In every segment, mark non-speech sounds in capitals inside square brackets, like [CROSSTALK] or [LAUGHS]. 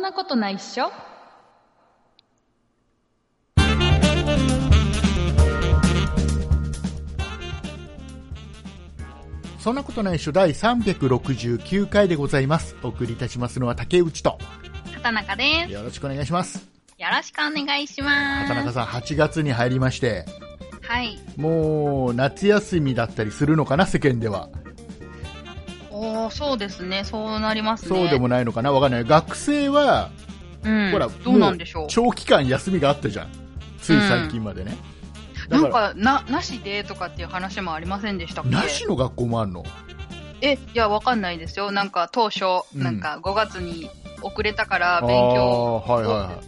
なことないっしょそんなことないっしょ第369回でございます。お送りいたしますのは竹内と。畑中ですよろしくお願いします。よろしくお願いします畑中さん、8月に入りまして、はいもう夏休みだったりするのかな、世間では。おおそうですねそうなりますねそうでもないのかな、わかんない。学生は、うん、ほら、どうなんでしょもう長期間休みがあったじゃん。つい最近までね。だなんから、かななしでとかっていう話もありませんでしたっけなしの学校もあるのえいやわかんないですよなんか当初、うんなんか5月に遅れたからあ勉強ーはいはいは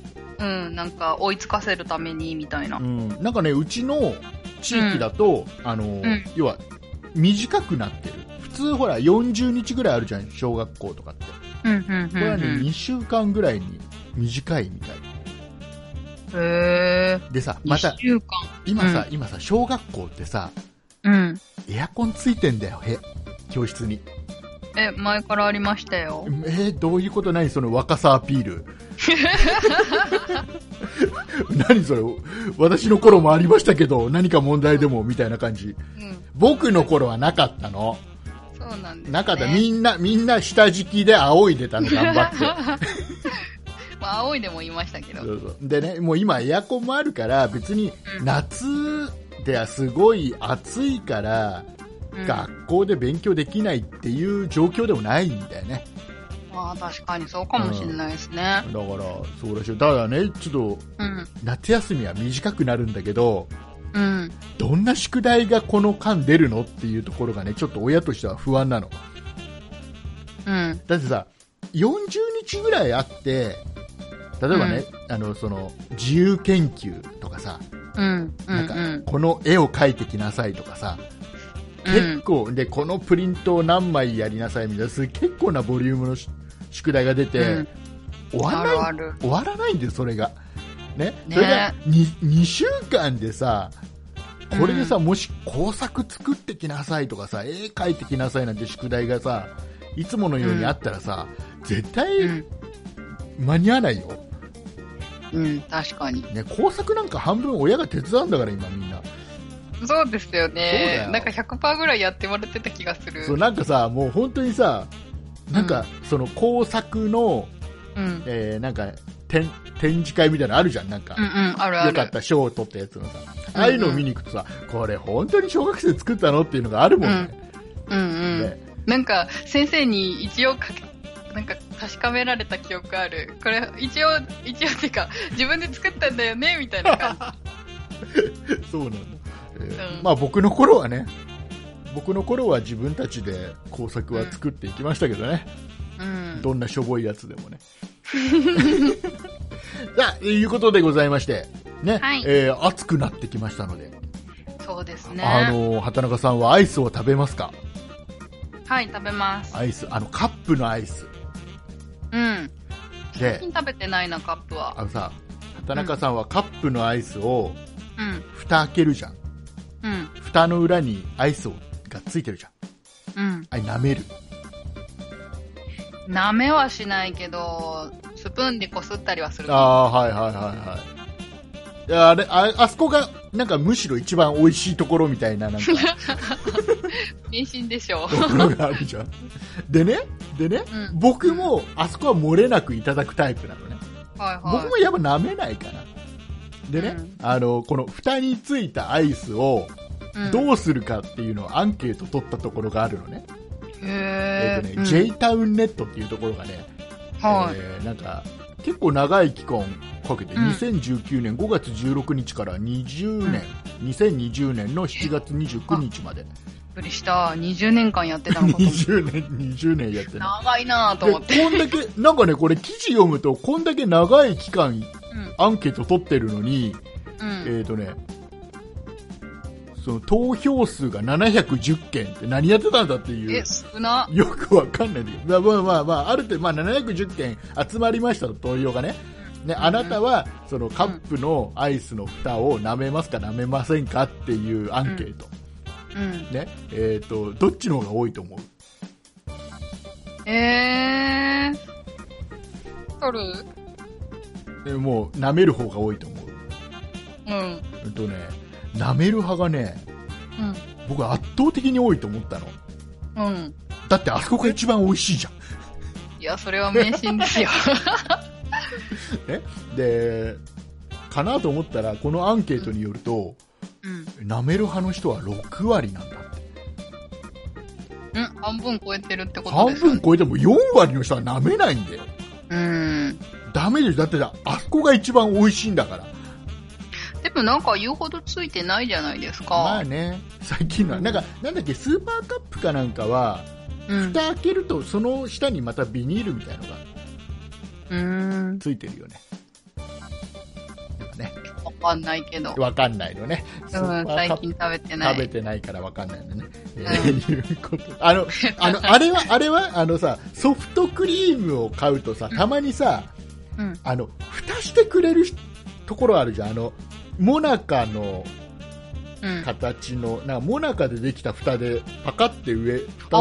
い。うんなんか追いつかせるためにみたいな、うん、なんかねうちの地域だと、あのん要は短くなってる普通ほら40日ぐらいあるじゃん小学校とかってこうんうんうんれうはね、ん2週間ぐらいに短いみたいへえでさまた1週間今さ、今さ小学校ってさうんエアコンついてんだよへ教室にえ前からありましたよえーどういうこと何その若さアピ [LAUGHS] ール何それ私の頃もありましたけど何か問題でもみたいな感じうん僕の頃はなかったのそうなんです、ね、なかった、みんな、みんな下敷きで仰い [LAUGHS] でたの、頑張って。まあ青いでも言いましたけどそうそうでね、もう今エアコンもあるから、別にうん夏ですごい暑いから、うん学校で勉強できないっていう状況でもないんだよね。まあ確かにそうかもしれないですねだから、そうらしい。ただね、ちょっと、うん夏休みは短くなるんだけど、うんどんな宿題がこの間出るのっていうところがね、ちょっと親としては不安なの。うんだってさ40日ぐらいあって例えばね、あのその自由研究とかさ、うんうんなんうんかこの絵を描いてきなさいとかさ、結構でこのプリントを何枚やりなさいみたいなす結構なボリュームのし宿題が出て、うん終わあらないるある終わらないんだよそれがねねそれが 2, 2週間でさこれでさ、もし工作作ってきなさいとかさ絵描いてきなさいなんて宿題がさいつものようにあったらさ、絶対うん間に合わないよ、うん確かにね、工作なんか半分親が手伝うんだから今みんな、そうですよそうだねよなんか100%ぐらいやってもらってた気がするそうなんかさもう本当にさなんか、その工作の、うんえーなんか展展示会みたいなのあるじゃんなんか、うんうんあるあよかるった賞を取ったやつのさああいうのを見に行くとさ、これ本当に小学生作ったのっていうのがあるもんね、うんうんね [LAUGHS] なんか先生に一応かけなんか確かめられた記憶あるこれ一応一応っていうか自分で作ったんだよねみたいな感じそうなんだ、えーうんまあ僕の頃はね僕の頃は自分たちで工作は作っていきましたけどね、うんどんなしょぼいやつでもね [LAUGHS] さあということでございましてね、はいえー暑くなってきましたので、そうですねあのー畑中さんはアイスを食べますかはい食べますアイスあのカップのアイスうん最で近食べてないなカップはあのさ畑中さんはカップのアイスをうん蓋開けるじゃんうん蓋の裏にアイスがついてるじゃんうんあれ舐める舐めはしないけどスプーンでこすったりはするああはいはいはいはいいやあれああそこがなんかむしろ一番美味しいところみたいななんか迷信でしょところがあるじゃん [LAUGHS] でねでね、うん僕もあそこは漏れなくいただくタイプなのね、うはいはい僕もやっぱ舐めないかなでね、うんあのこの蓋についたアイスをうんどうするかっていうのをアンケート取ったところがあるのね、へえっ、ーとね、うん J タウンネットっていうところがね、はい、えーなんか結構長い期間かけて、うん2019年5月16日から20年、2020年の7月29日までびっくりした20年間やってたのかと思った20年20年やってな長いなぁとで思って、こんだけなんかねこれ記事読むとこんだけ長い期間うんアンケート取ってるのに、うんえっ、とねその投票数が710件って何やってたんだっていうえ少な [LAUGHS] よくわかんないんだけど、まあまあまあ、ある程度、まあ、710件集まりましたと、投票がね。ね、あなたは、そのカップのアイスの蓋を舐めますか舐めませんかっていうアンケート。うんね。えっ、と、どっちの方が多いと思うえー取るえもう舐める方が多いと思ううん。えっとね舐める派がね僕は圧倒的に多いと思ったのうん。うん。だってあそこが一番美味しいじゃんいや、それは迷信 [LAUGHS] ですよ。でかなと思ったらこのアンケートによるとうん。舐める派の人は6割なんだってうん、半分超えてるってこと半ですか、分ね、超えても4割の人は舐めないんだようん。ダメですだってだあそこが一番美味しいんだからでもなんか言うほどついてないじゃないですまかあ。ね最近のはなんかなんだっけスーパーカップかなんかはうん。蓋開けるとその下にまたビニールみたいのがうん。ついてるよねねわかんないけど。わかんないのねうん、スーパーカ最ップ近食べてない。食べてないからわかんないのね。えうー [LAUGHS] いうこと。あの、あの、あれは、あれは、あのさ、ソフトクリームを買うとさ、たまにさ、うん。あの、蓋してくれるしところあるじゃん。あの、モナカのうん。あ形の、なんかモナカでできた蓋で、パカって上、蓋、あー、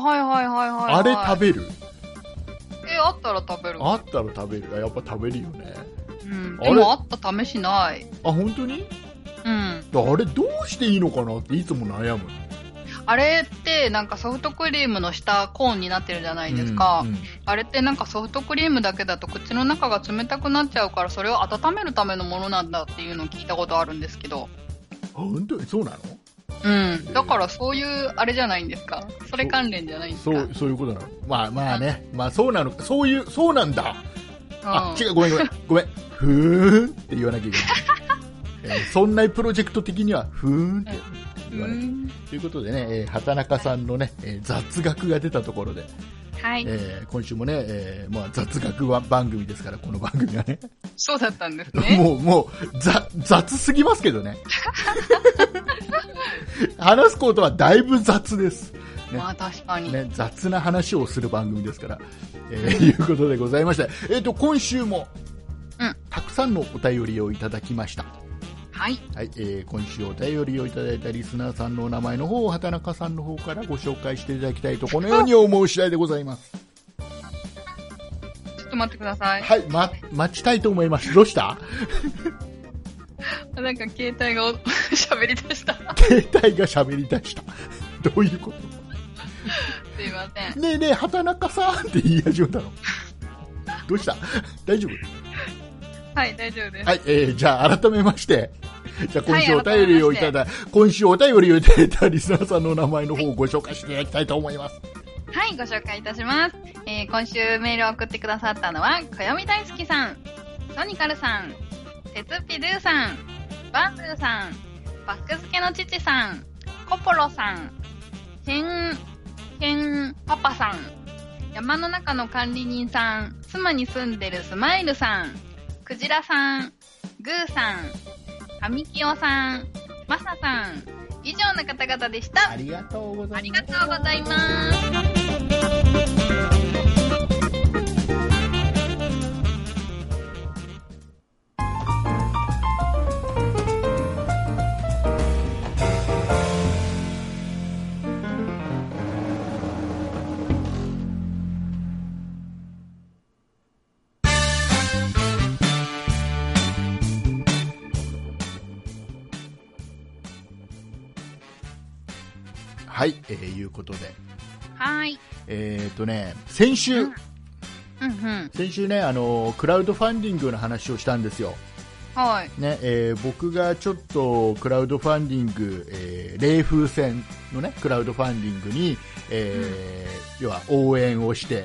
はいはいはいはい、あれ食べべるえ、あったら食べる。あったら食べるあやっぱ食べるよね。うん。あれでもあった試しない。あ、本当にうん。あれどうしていいのかなっていつも悩む。あれって、なんかソフトクリームの下、コーンになってるじゃないですか。うんうんあれってなんかソフトクリームだけだと口の中が冷たくなっちゃうから、それを温めるためのものなんだっていうのを聞いたことあるんですけど。あ、本当にそうなのうん。だからそういう、あれじゃないんですか。それ関連じゃないんですそか。う、そういうことなの。まあまあね。まあそうなのか。そういう、そうなんだ。あ、違う、ごめんごめん。ごめん。ふーんって言わなきゃいけ [LAUGHS] ない。えーそんなプロジェクト的には、ふーんって言わうなきゃいけない。ん。ということでね、えー畑中さんのね、えー雑学が出たところで、はい。えー今週もね、えーまあ雑学は番組ですから、この番組はね。そうだったんですね。 [LAUGHS] もう、もう、ざ雑すぎますけどね。話すことはだいぶ雑です。ねまあ確かに。ね、雑な話をする番組ですから、えーいうことでございまして、えー、と今週も、うんたくさんのお便りをいただきました、はい。はいえー今週お便りをいただいたリスナーさんのお名前の方を畑中さんの方からご紹介していただきたいとこのように思う次第でございますちょっと待ってください。はい、ま、待ちたいと思いますどうしたなんか携帯がお [LAUGHS] 喋り出した。携帯が喋り出したどういうこすいませんと。ねえねえ畑中さんって言い始めたのどうした大丈夫はい、大丈夫です。はい、えー、じゃあ改めまして、じゃあ今週はおい便りをいただ、今週お便りをいただいたリスナーさんのお名前の方をご紹介していただきたいと思います。はい、ご紹介いたします。えー今週メールを送ってくださったのは、こよみ大好きさん、ソニカルさん、てつぴドゥさん、バンドゥさん、バスク付けの父さん、コポロさん、けん、けんパパさん、山の中の管理人さん、妻に住んでるスマイルさん、クジラさん、グーさん、ハミキオさん、マサさん、以上の方々でした。りがとうごありがとうございます。はい、えー、いうことで、はい。えっ、ー、とね、先週、うんうんうん。先週ね、あの、クラウドファンディングの話をしたんですよ。はい。ね、えー僕がちょっとクラウドファンディング、えー冷風船のね、クラウドファンディングに、えー要は応援をして、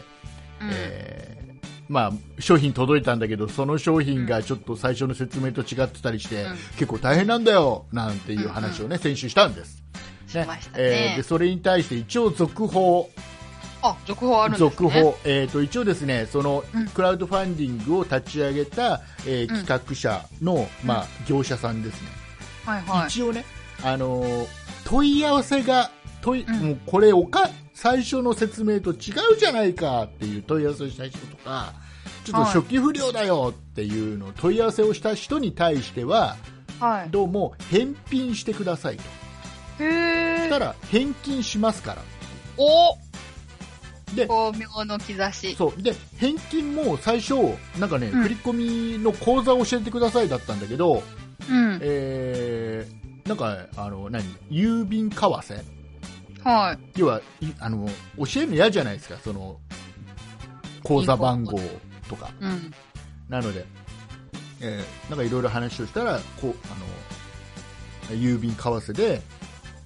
うんえーまあ、商品届いたんだけどその商品がちょっと最初の説明と違ってたりして、うん結構大変なんだよなんていう話をね、先週したんです、しましたえね。ーでそれに対して一応続報あ、続報あるんですね。続。報、えー、と一応ですねそのうんクラウドファンディングを立ち上げた、えーうん企画者の、まあ、業者さんですね、はいはい。一応ね、あのー問い合わせが問い、うんもうこれおか最初の説明と違うじゃないかっていう問い合わせをした人とかちょっはとい初期不良だよっていうのを問い合わせをした人に対してははい。どうも返品してくださいとへそしーたら返金しますからおで巧妙の兆し。そうで返金も最初なんかね、うん振り込みの口座を教えてくださいだったんだけど、うん。えーなんかあの何郵便為替はい。要はいあの教えるの嫌じゃないですかその口座番号とかうん。なので、えーなんかいろいろ話をしたらこうあの郵便為替で、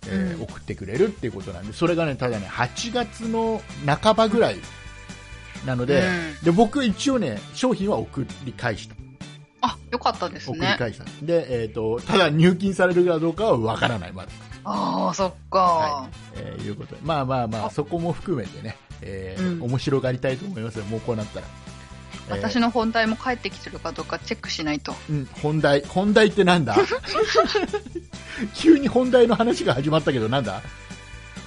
えーうん送ってくれるっていうことなんでそれがねただね8月の半ばぐらいなので,、うで僕一応ね商品は送り返したあ、よかったです送りね。返したで、えー、とただ入金されるかどうかはわからないまだ、ああ、そっかは。いえーいうことでまあまあまああそこも含めてね、えーうん面白がりたいと思いますよもうこうなったら、えー私の本題も帰ってきてるかどうかチェックしないと。うん、本題、本題ってなんだ [LAUGHS] 急に本題の話が始まったけど、なんだ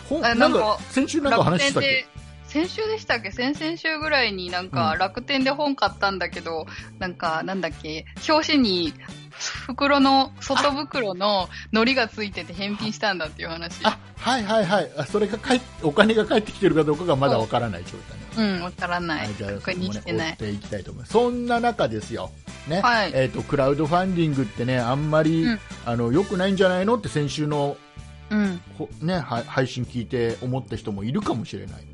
ほんあななんんかか、先週なんか話してたっけ先週でしたっけ先々週ぐらいになんかうん楽天で本買ったんだけど、なんかなんだっけ、表紙に袋の、外袋の糊がついてて返品したんだっていう話。あ、はいはいはい。あそれが返っお金が返ってきてるかどうかがまだわからない状態ね。うん、わからない。はいじゃあ確そこ認もねしてな追っい。ていきたいと思います。そんな中ですよ。ね。はいえっ、と、クラウドファンディングってね、あんまり、うんあの、良くないんじゃないのって先週の、うん。ほね、は配信聞いて思った人もいるかもしれない。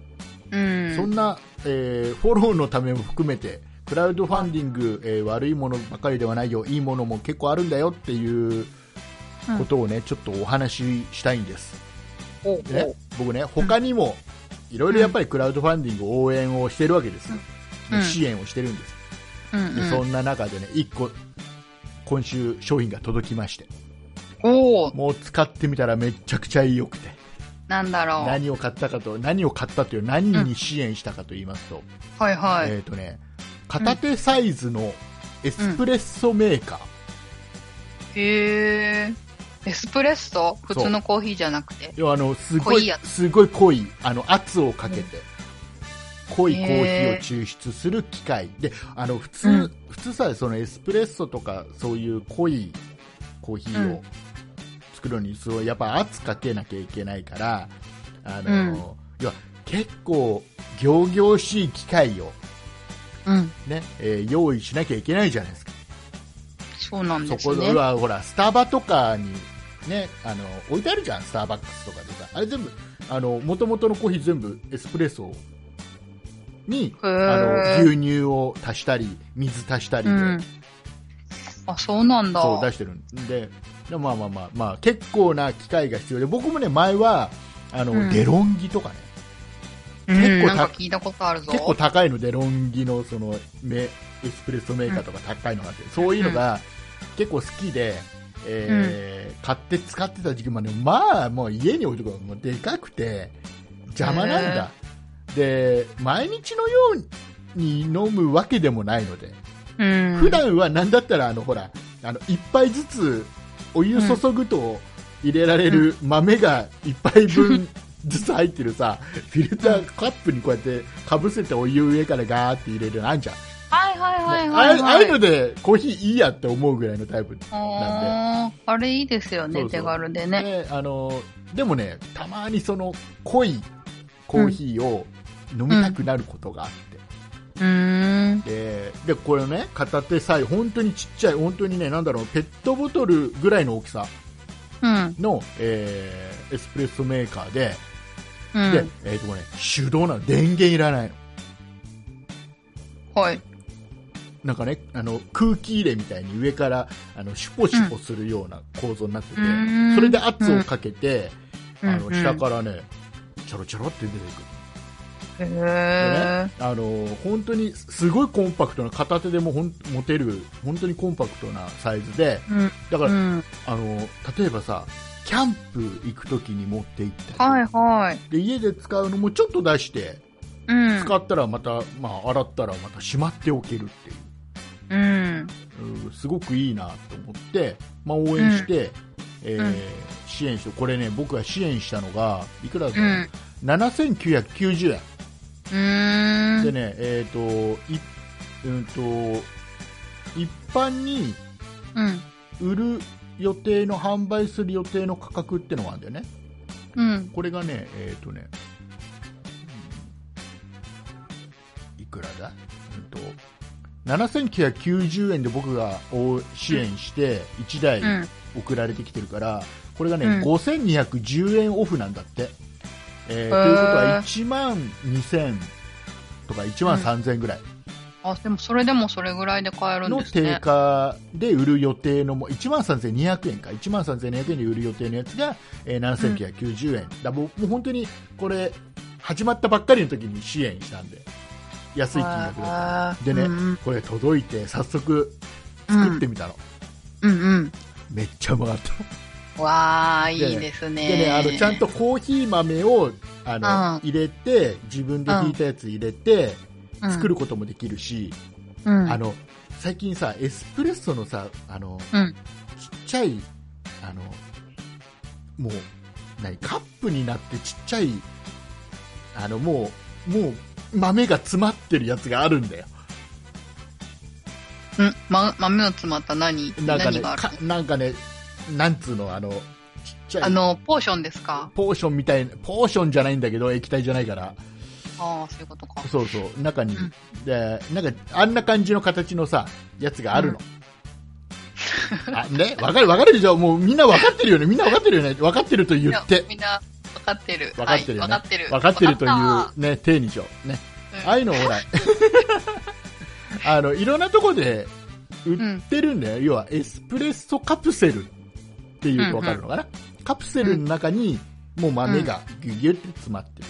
うん。そんな、えーフォローのためも含めてクラウドファンディング、えー悪いものばかりではないよいいものも結構あるんだよっていうことをね、ちょっとお話ししたいんです、おうでね、僕ね他にもいろいろやっぱりクラウドファンディング応援をしてるわけですよ、うんね支援をしてるんです、うんでそんな中でね1個今週商品が届きましてうん、おうもう使ってみたらめちゃくちゃ良くてなんだろう。何を買ったかと何を買ったという何に支援したかと言いますと、はいはい。えーとね、片手サイズのエスプレッソメーカー、へえ。エスプレッソ普通のコーヒーじゃなくて。要はあのすご濃いいやすごい濃いあの圧をかけて、濃いコーヒーを抽出する機械であの普通、うん普通さそのエスプレッソとかそういう濃いコーヒーうんを作るのに、そうやっぱ圧かけなきゃいけないからあの、うん要は結構仰々しい機械を、うん。ねえー用意しなきゃいけないじゃないですか。そうなんそですこね。はほらスタバとかに、ね、あの置いてあるじゃんスターバックスとかでさあれ全部あの元々のコーヒー全部エスプレッソにへあーの牛乳を足したり水足したりうで、ん。あ、そうなんだ。そう出してるんででまあまあまあ、まあ、結構な機械が必要で僕もね前はあの、うんデロンギとかねうん結構なんたか聞いたことあるぞ。結構高いのデロンギのそのメエスプレッソメーカーとか高いのがあって、そういうのが結構好きで、えー買って使ってた時期までまあもう家に置いとくのもうでかくて邪魔なんだ、で毎日のように飲むわけでもないので、うん。普段は何だったらあのほらあの一杯ずつお湯注ぐと入れられる豆が一杯分ずつ入ってるさ、フィルターカップにこうやってかぶせてお湯上からガーって入れるのあんじゃん、はいはいはいあはい、はい。ああいうのでコーヒーいいやって思うぐらいのタイプなんあーあれいいですよね、そうそう手軽でで、ね。であのでもねたまにその濃いコーヒーを飲みたくなることがあって、うーん。ででこれね片手さえ本当にちっちゃい本当にねなんだろうペットボトルぐらいの大きさうん。の、えーエスプレッソメーカーで,、うでん。えーとこれね、手動なの電源いらないのはい。なんか、ね、あの空気入れみたいに上からあのシュポシュポするような構造になってて、うんそれで圧をかけて、あうのん下からねチャロチャロって出てくる、へでえね。、あの本当にすごいコンパクトな片手でもほん持てる本当にコンパクトなサイズでうん。だから、うん。あの例えばさキャンプ行く時に持って行ったり、はいはい。で家で使うのもちょっと出してうん。使ったらまた、まあ、洗ったらまたしまっておけるっていううん。うんすごくいいなと思って、まあ、応援して、えーうん支援してこれね僕が支援したのがいくらだと、うん。 7990円、うーん。でねえっ、というんと一般にうん。売る予定の販売する予定の価格ってのがあるんだよねうん。これがねえっ、とねくらだ、うん、と7990円で僕が応支援して1台うん送られてきてるからこれがね、うん5210円オフなんだって、えーへーということは1万2000とか1万3000ぐらいあ、でもそれでもそれぐらいで買えるんのですね。定価で売る予定のも1万3200円か1万3200円で売る予定のやつが、えー7990円、だもうもう本当にこれ始まったばっかりの時に支援したんで安い金額だったあーでね、うんこれ届いて早速うん作ってみたの、うんうん。めっちゃうまかったわー、でねいいですでね。ねあのちゃんとコーヒー豆をあの、うん入れて自分でひいたやつ入れて、作る、ることもできるし、うん、あの最近さエスプレッソのさあのうん。ちっちゃいあのもう何カップになってちっちゃいあのもうもう豆が詰まってるやつがあるんだようん、ま、豆の詰まった何、なんか何ねがあるかなんかねなんつうのあのちっちゃあいの、ポーションですかポーションみたいなポーションじゃないんだけど液体じゃないからああ、そういうことか。そうそう中に、うんでなんかあんな感じの形のさやつがあるの、あねわかるわかるでしょもうみんなわかってるよねみんなわかってるよねわかってると言っいてやみんな、分かってる。分かってるよね、はい、分かってる。分かってると分いかっう、ね、体にしよう、ね、たうんああいうのをほら [LAUGHS] あのいろんなとこで売ってるんだよ、要はエスプレッソカプセルっていうと分かるのかな、カプセルの中にもう豆がギュギュって詰まってる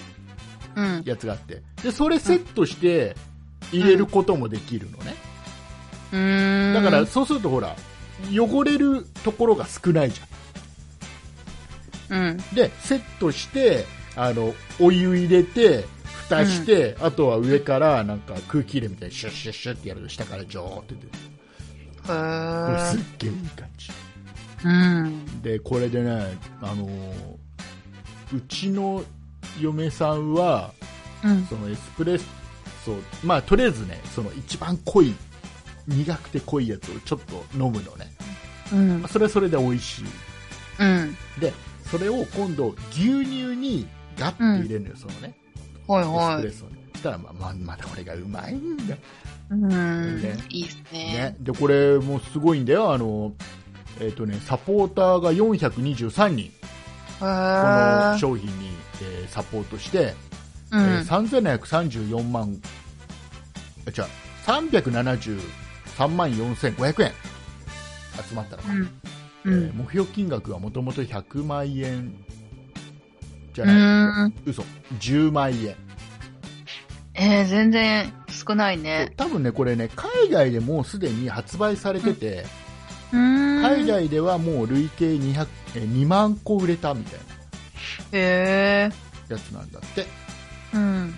うん。やつがあってでそれセットして入れることもできるのね、うーん。だから、そうするとほら汚れるところが少ないじゃんうん。でセットしてあのお湯入れて蓋して、あとは上からなんか空気入れみたいにシュッシュッシュッってやると下からジョーって出てへーこれすっげえいい感じうん。でこれでねあのーうちの嫁さんはうん。そのエスプレッソまあとりあえずねその一番濃い苦くて濃いやつをちょっと飲むのねうんまあ。それはそれで美味しいうん。でそれを今度牛乳にガッて入れるのよ、そのねはいエスはプレッソに、そしたらまあまあまたこれがうまいんだ、い。うんね。いいですね。ね、でこれもすごいんだよあの、えっとね、サポーターが423人へこのー商品に、えーサポートして、うえんー、。3734万あ違う373万4500円集まったのか、うん。うえーん。目標金額はもともと100万円じゃうない、ーん。嘘10万円えー、全然少ないね。多分ねこれね海外でもうすでに発売されてて、うーん。海外ではもう累計200え2万個売れたみたいへーなやつなんだってこうん。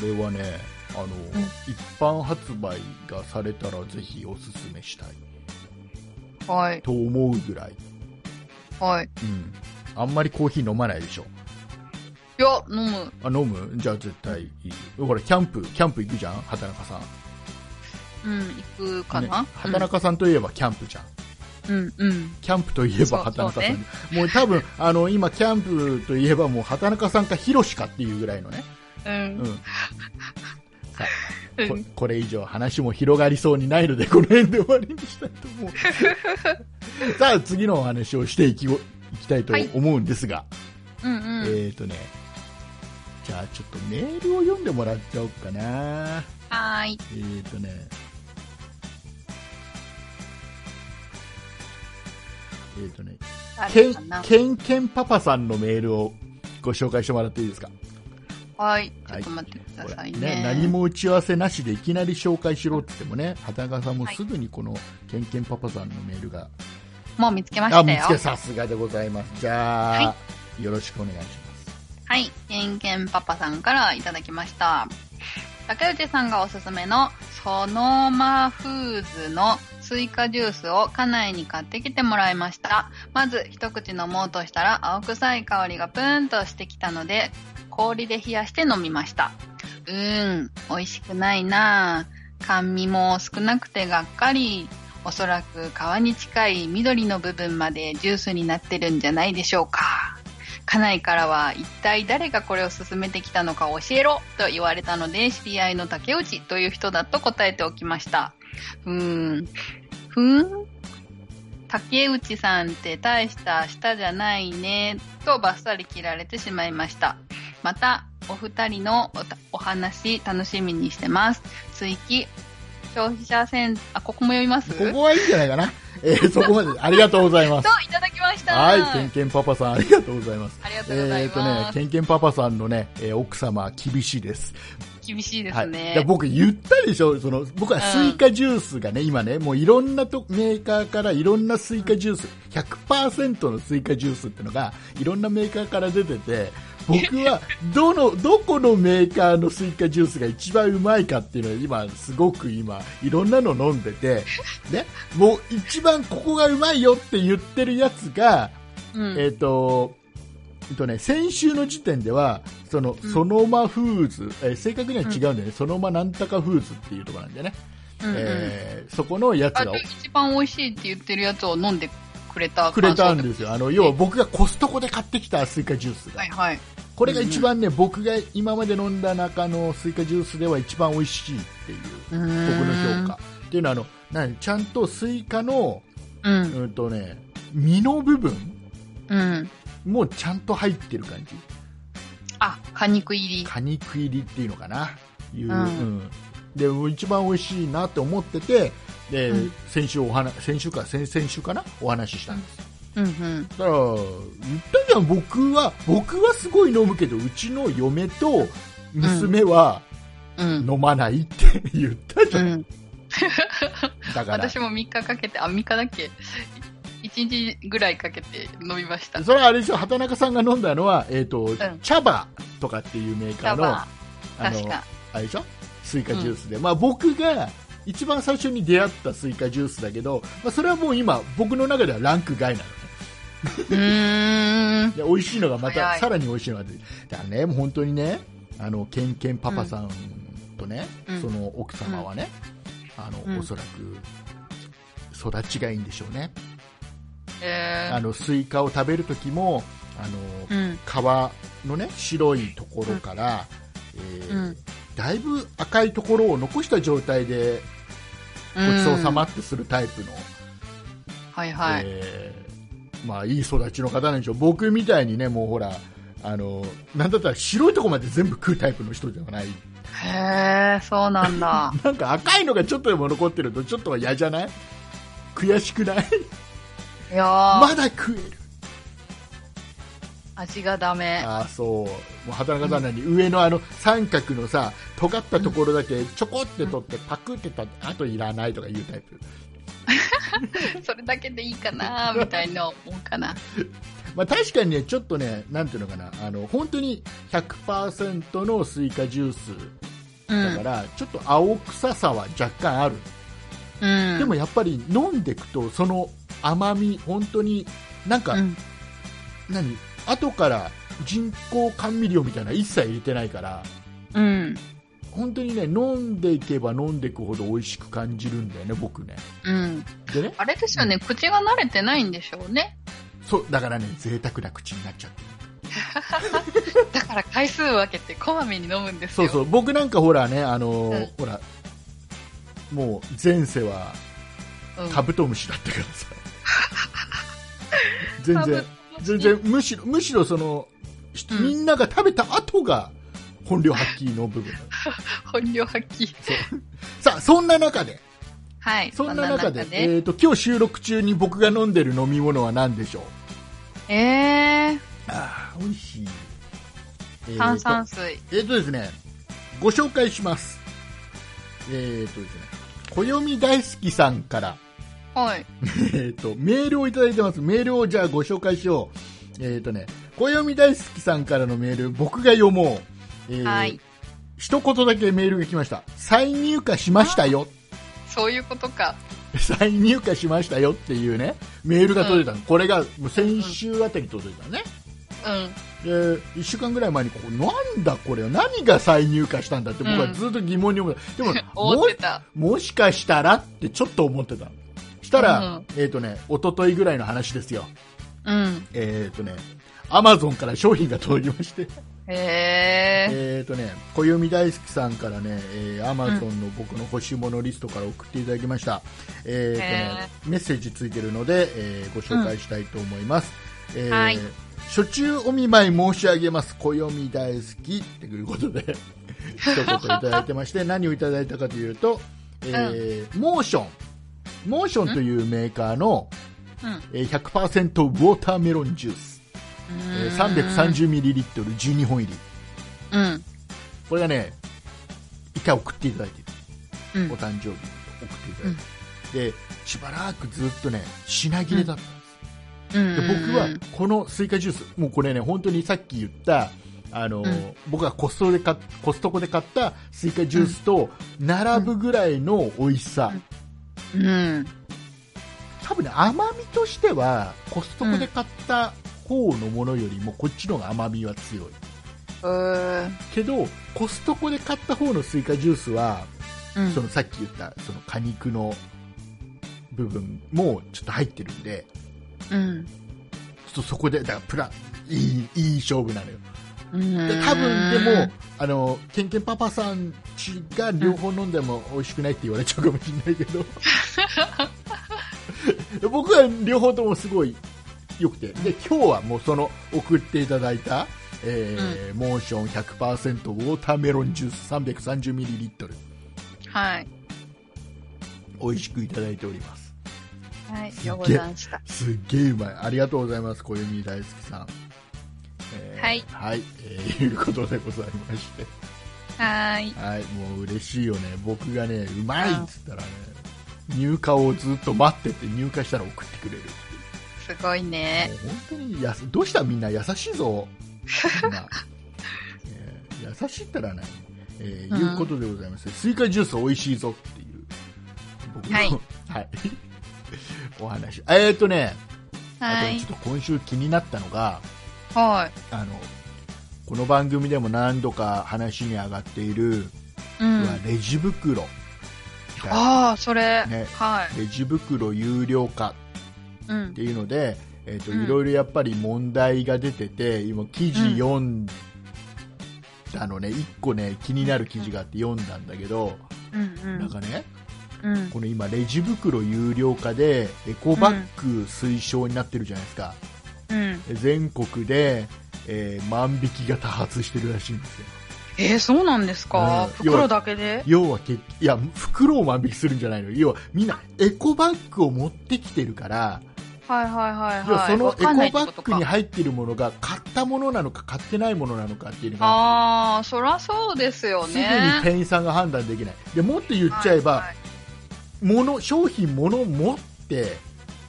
れこれはねあの、一般発売がされたらぜひおすすめしたいはい。と思うぐらい、はい。うん、あんまりコーヒー飲まないでしょいや、飲む。あ飲むじゃあ絶対いいほらキャンプキャンプ行くじゃん畑中さん、うん、行くかな、ね畑中さんといえばキャンプじゃんうん、うん。キャンプといえば畑中さん、もう多分あの今キャンプといえばもう畑中さんかヒロシかっていうぐらいのねうん。うんさうんここれ以上話も広がりそうにないのでこの辺で終わりにしたい [LAUGHS] と思うさあ次のお話をしていきごいきたいと思うんですが、うん、えうん。ー、とねじゃあちょっとメールを読んでもらっちゃおうかなはーい。えー、とねえー、とねけ誰んかなけんけんパパさんのメールをご紹介してもらっていいですかはい。ちょはっいと待ってくだこされいねね。何も打ち合わせなしでいきなり紹介しろって言ってもね、畑中さんもすぐにこのけんけんパパさんのメールが、もう見つけまあ、した見よつ。けさすがでございます。じゃあ、はよろしくお願いしはい。けんけんパパさんからいただきました。竹内さんがおすすめのそのまフーズのスイカジュースを家内に買ってきてもらいました。まず一口飲もうとしたら青臭い香りがプーンとしてきたので氷で冷やして飲みました。うーん、美味しくないなぁ。甘味も少なくてがっかり。おそらく皮に近い緑の部分までジュースになってるんじゃないでしょうか。家内からは一体誰がこれを進めてきたのか教えろと言われたので知り合いの竹内という人だと答えておきましたうーんふーん竹内さんって大した舌じゃないねとバッサリ切られてしまいましたまたお二人のおたお話楽しみにしてます追記消費者センあここも読みますここはいいんじゃないかな。えーそこまで、ありがとうございますと。いただきましたはい、ケンケンパパさん、ありがとうございます。ありがとうござえいっ、とまね、す、ケンケンパパさんのね、えー奥様、厳しいです。厳しいではすい。ね、だから僕言ったでしょ、その、僕はスイカジュースがね、今ね、もういろんなとメーカーからいろんなスイカジュース、100%のスイカジュースってのが、いろんなメーカーから出てて、僕 [LAUGHS] は、どの、どこのメーカーのスイカジュースが一番うまいかっていうのは今、すごく今、いろんなの飲んでて、ね、もう一番ここがうまいよって言ってるやつが、うんえっ、と、えっとね、先週の時点では、その、うんそのまフーズ、えー正確には違うんだよね、そのまなんたかフーズっていうところなんだよね。うんうんえーそこのやつあがで一番美味しいって言ってるやつを飲んでくれたくれた感ん想でってすよ。あの、要は僕がコストコで買ってきたスイカジュースことがはい。はいこれが一番ね、僕が今まで飲んだ中のスイカジュースでは一番美味しいっていう、僕僕の評価。っていうのは、あの、何ちゃんとスイカの、うんうんとね、実の部分うんもちゃんと入ってる感じ。あ果肉入り果肉入りっていうのかな、いう、んうんで一番美味しいなって思ってて、で、うん先週お話先週か先々週かなお話ししたんです。うんうんだから言ったじゃん僕は僕はすごい飲むけどうちの嫁と娘はうん飲まないって言ったじうゃん。んだから私も3日かけてあ3日だっけ1日ぐらいかけて飲みましたそれはあれでしょ畑中さんが飲んだのはえっ、と、ん茶葉とかっていうメーカー多の分あの確かあれでしょスイカジュースで、まあ、僕が一番最初に出会ったスイカジュースだけど、まあ、それはもう今僕の中ではランク外なのねうーんで美味しいのがま早たいさらに美味しいのが出てだからねもう本当にねあのケンケンパパさんとね、うんその奥様はね、あのうんおそらく育ちがいいんでしょうね、えあーのスイカを食べる時もあの、うん皮のね白いところから、えーうんだいぶ赤いところを残した状態でごちそうさまってするタイプの、うんはいはいえーまあ、いい育ちの方なんでしょう、僕みたいにね、もうほら、あのなんだったら白いとこまで全部食うタイプの人じゃない、へえそうなん [LAUGHS] だなんか赤いのがちょっとでも残ってると、ちょっとは嫌じゃない悔しくないいやーまだ食える味がダメああそうもう畑中さんなに、上のあの三角のさ尖ったところだけちょこって取ってパクってたあといらないとかいうタイプそれだけでいいかなみたいな思うかなまあ、確かにね、ちょっとね、なんていうのかな、あの本当に100%のスイカジュースうだかんら、ちょっと青臭さは若干ある、うんでもやっぱり飲んでいくと、その甘み、本当になんか、うん何、後から人工甘味料みたいなの一切入れてないから、うん本当にね、飲んでいけば飲んでいくほど美味しく感じるんだよね、僕ね。うんでね、あれですよね、口が慣れてないんでしょうね。そうだからね、贅沢な口になっちゃってる。だから回数分けてこまめに飲むんですそうよ。。そうう僕なんかほらねあのーうんほらもう前世はうん、カブトムシだったから [LAUGHS] さ、全カブト然ムシ全然むしろむしろその、しうんみんなが食べた後が本領発揮の部分本領発揮。さあそんな中ではい。そんな中でええー、と今日収録中に僕が飲んでる飲み物は何でしょうえああ美味しい、えーー、と炭酸水。えーとですね、ご紹介します。えーとですね、暦大好きさんから、はい。えーと、メールをいただいてます。メールをじゃあご紹介しよう。えーとね、暦大好きさんからのメール、僕が読もう。えーはい。一言だけメールが来ました。再入荷しましたよ。 [LAUGHS] そういうことか。再入荷しましたよっていうね、メールが届いたの。これがもう先週あたり届いたのね。うで1週間ぐらい前にここなんだこれは何が再入荷したんだって僕はずっと疑問に思って、[LAUGHS] でもん。思ってた。ももしかしたらってちょっと思ってたしたら、うんえっ、とね一昨日ぐらいの話ですようん。えっ、とねアマゾンから商品が届きまして、へえ。えっとね、小読み大好きさんからね、えー、アマゾンの僕の欲しいものリストから送っていただきました。えっとね、メッセージついてるので、えーご紹介したいと思います。えーはい初中お見舞い申し上げます。小読み大好きということ [LAUGHS] で、一言いただいてまして、何をいただいたかというと、えーモーション。モーションというメーカーの、うんえー100%ウォーターメロンジュース。えー 330ml12 本入り。うん。これがね、一回送っていただいてる、うんお誕生日に送っていただいてる、で、しばらくずっとね、品切れだった。うん。で僕はこのスイカジュース、もうこれね、本当にさっき言った、あの、うん僕がコストで買っコストコで買ったスイカジュースと並ぶぐらいの美味しさ。うん。多分ね、甘みとしては、コストコで買った方のものよりも、こっちの方が甘みは強い。うん。けど、コストコで買った方のスイカジュースは、うん。そのさっき言ったその果肉の部分もちょっと入ってるんで、うん。ちょっとそこで、だからプラいい、いい勝負なのよ。うん。で多分でも、あの、ケンケンパパさんちが両方飲んでも美味しくないって言われちゃうかもしれないけ [LAUGHS] ど、僕は両方ともすごい良くて、で、今日はもうその送っていただいた、えーモーション100%ウォーターメロンジュース 330ml はい。美味しくいただいております。はい。よござんした。すっげえうまい。ありがとうございます、小み大好きさん。えーはいはい、えーいうことでございまして。はーい。はい、もう嬉しいよね。僕がね、うまいっつったらね、入荷をずっと待ってて、入荷したら送ってくれる。すごいね。もう本当にやす、どうしたみんな優しいぞ。み [LAUGHS] んなえー優しいったらね、えーうんいうことでございまして、スイカジュース美味しいぞっていう、僕の、はいはい、 [LAUGHS] お話。えーっとね、あはとねいち。ょっと今週気になったのがはあのこの番組でも何度か話に上がっている、い。うん。レジ袋がああ、それ。ねはレジ袋有料化い。うんっ。ていうので、えーとうんいろいろやっぱり問題が出てて今記事読んだのね、1個ね気になる記事があって読んだんだけど、うんなんかねうん。うん。この今レジ袋有料化でエコバッグ推奨になってるじゃないですか、うん。全国で、えー万引きが多発してるらしいんですよえー、そうなんですか、うん袋だけで要は結いや袋を万引きするんじゃないの要はみんなエコバッグを持ってきてるから、はいはいはい要ははい。そのわエコかんないってバこッとグにか。入ってるものが買ったものなのか買ってないものなのかっていうのがああ、そらそうですよすぐにね。店員さんが判断できないでもっと言っちゃえば、はい物商品物を持って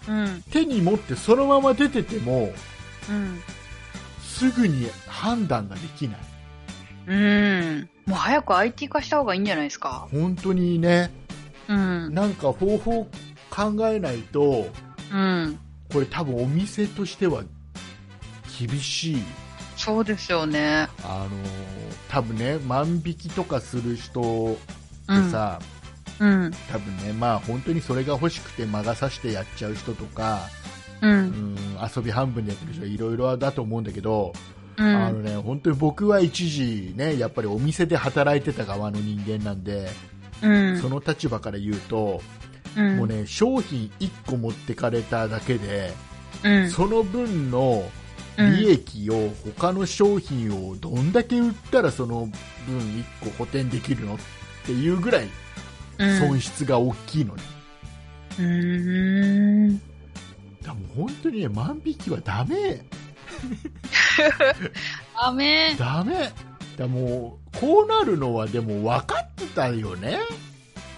はいうん。手に持ってそのまま出ててもうん。すぐに判断ができないうん。もう早く IT 化した方がいいんじゃないですか本当にねうん。なんか方法を考えないとうん。これ多分お店としては厳しい、そうですよね。あのー多分ね万引きとかする人ってうん。さ、うん。多分ねまあ本当にそれが欲しくて魔が差してやっちゃう人とか、う。うんん、遊び半分でやってる人いろいろだと思うんだけど、うあのん。ね本当に僕は一時ねやっぱりお店で働いてた側の人間なんで、うん。その立場から言うと、うんもう。ね商品1個持ってかれただけで、うん。その分のうん利益を他の商品をどんだけ売ったらその分1個補填できるのっていうぐらいうん損失が大きいのね、うーん。だからもう本当にね万引きはダメダメ。ダメだからもうこうなるのはでも分かってたよね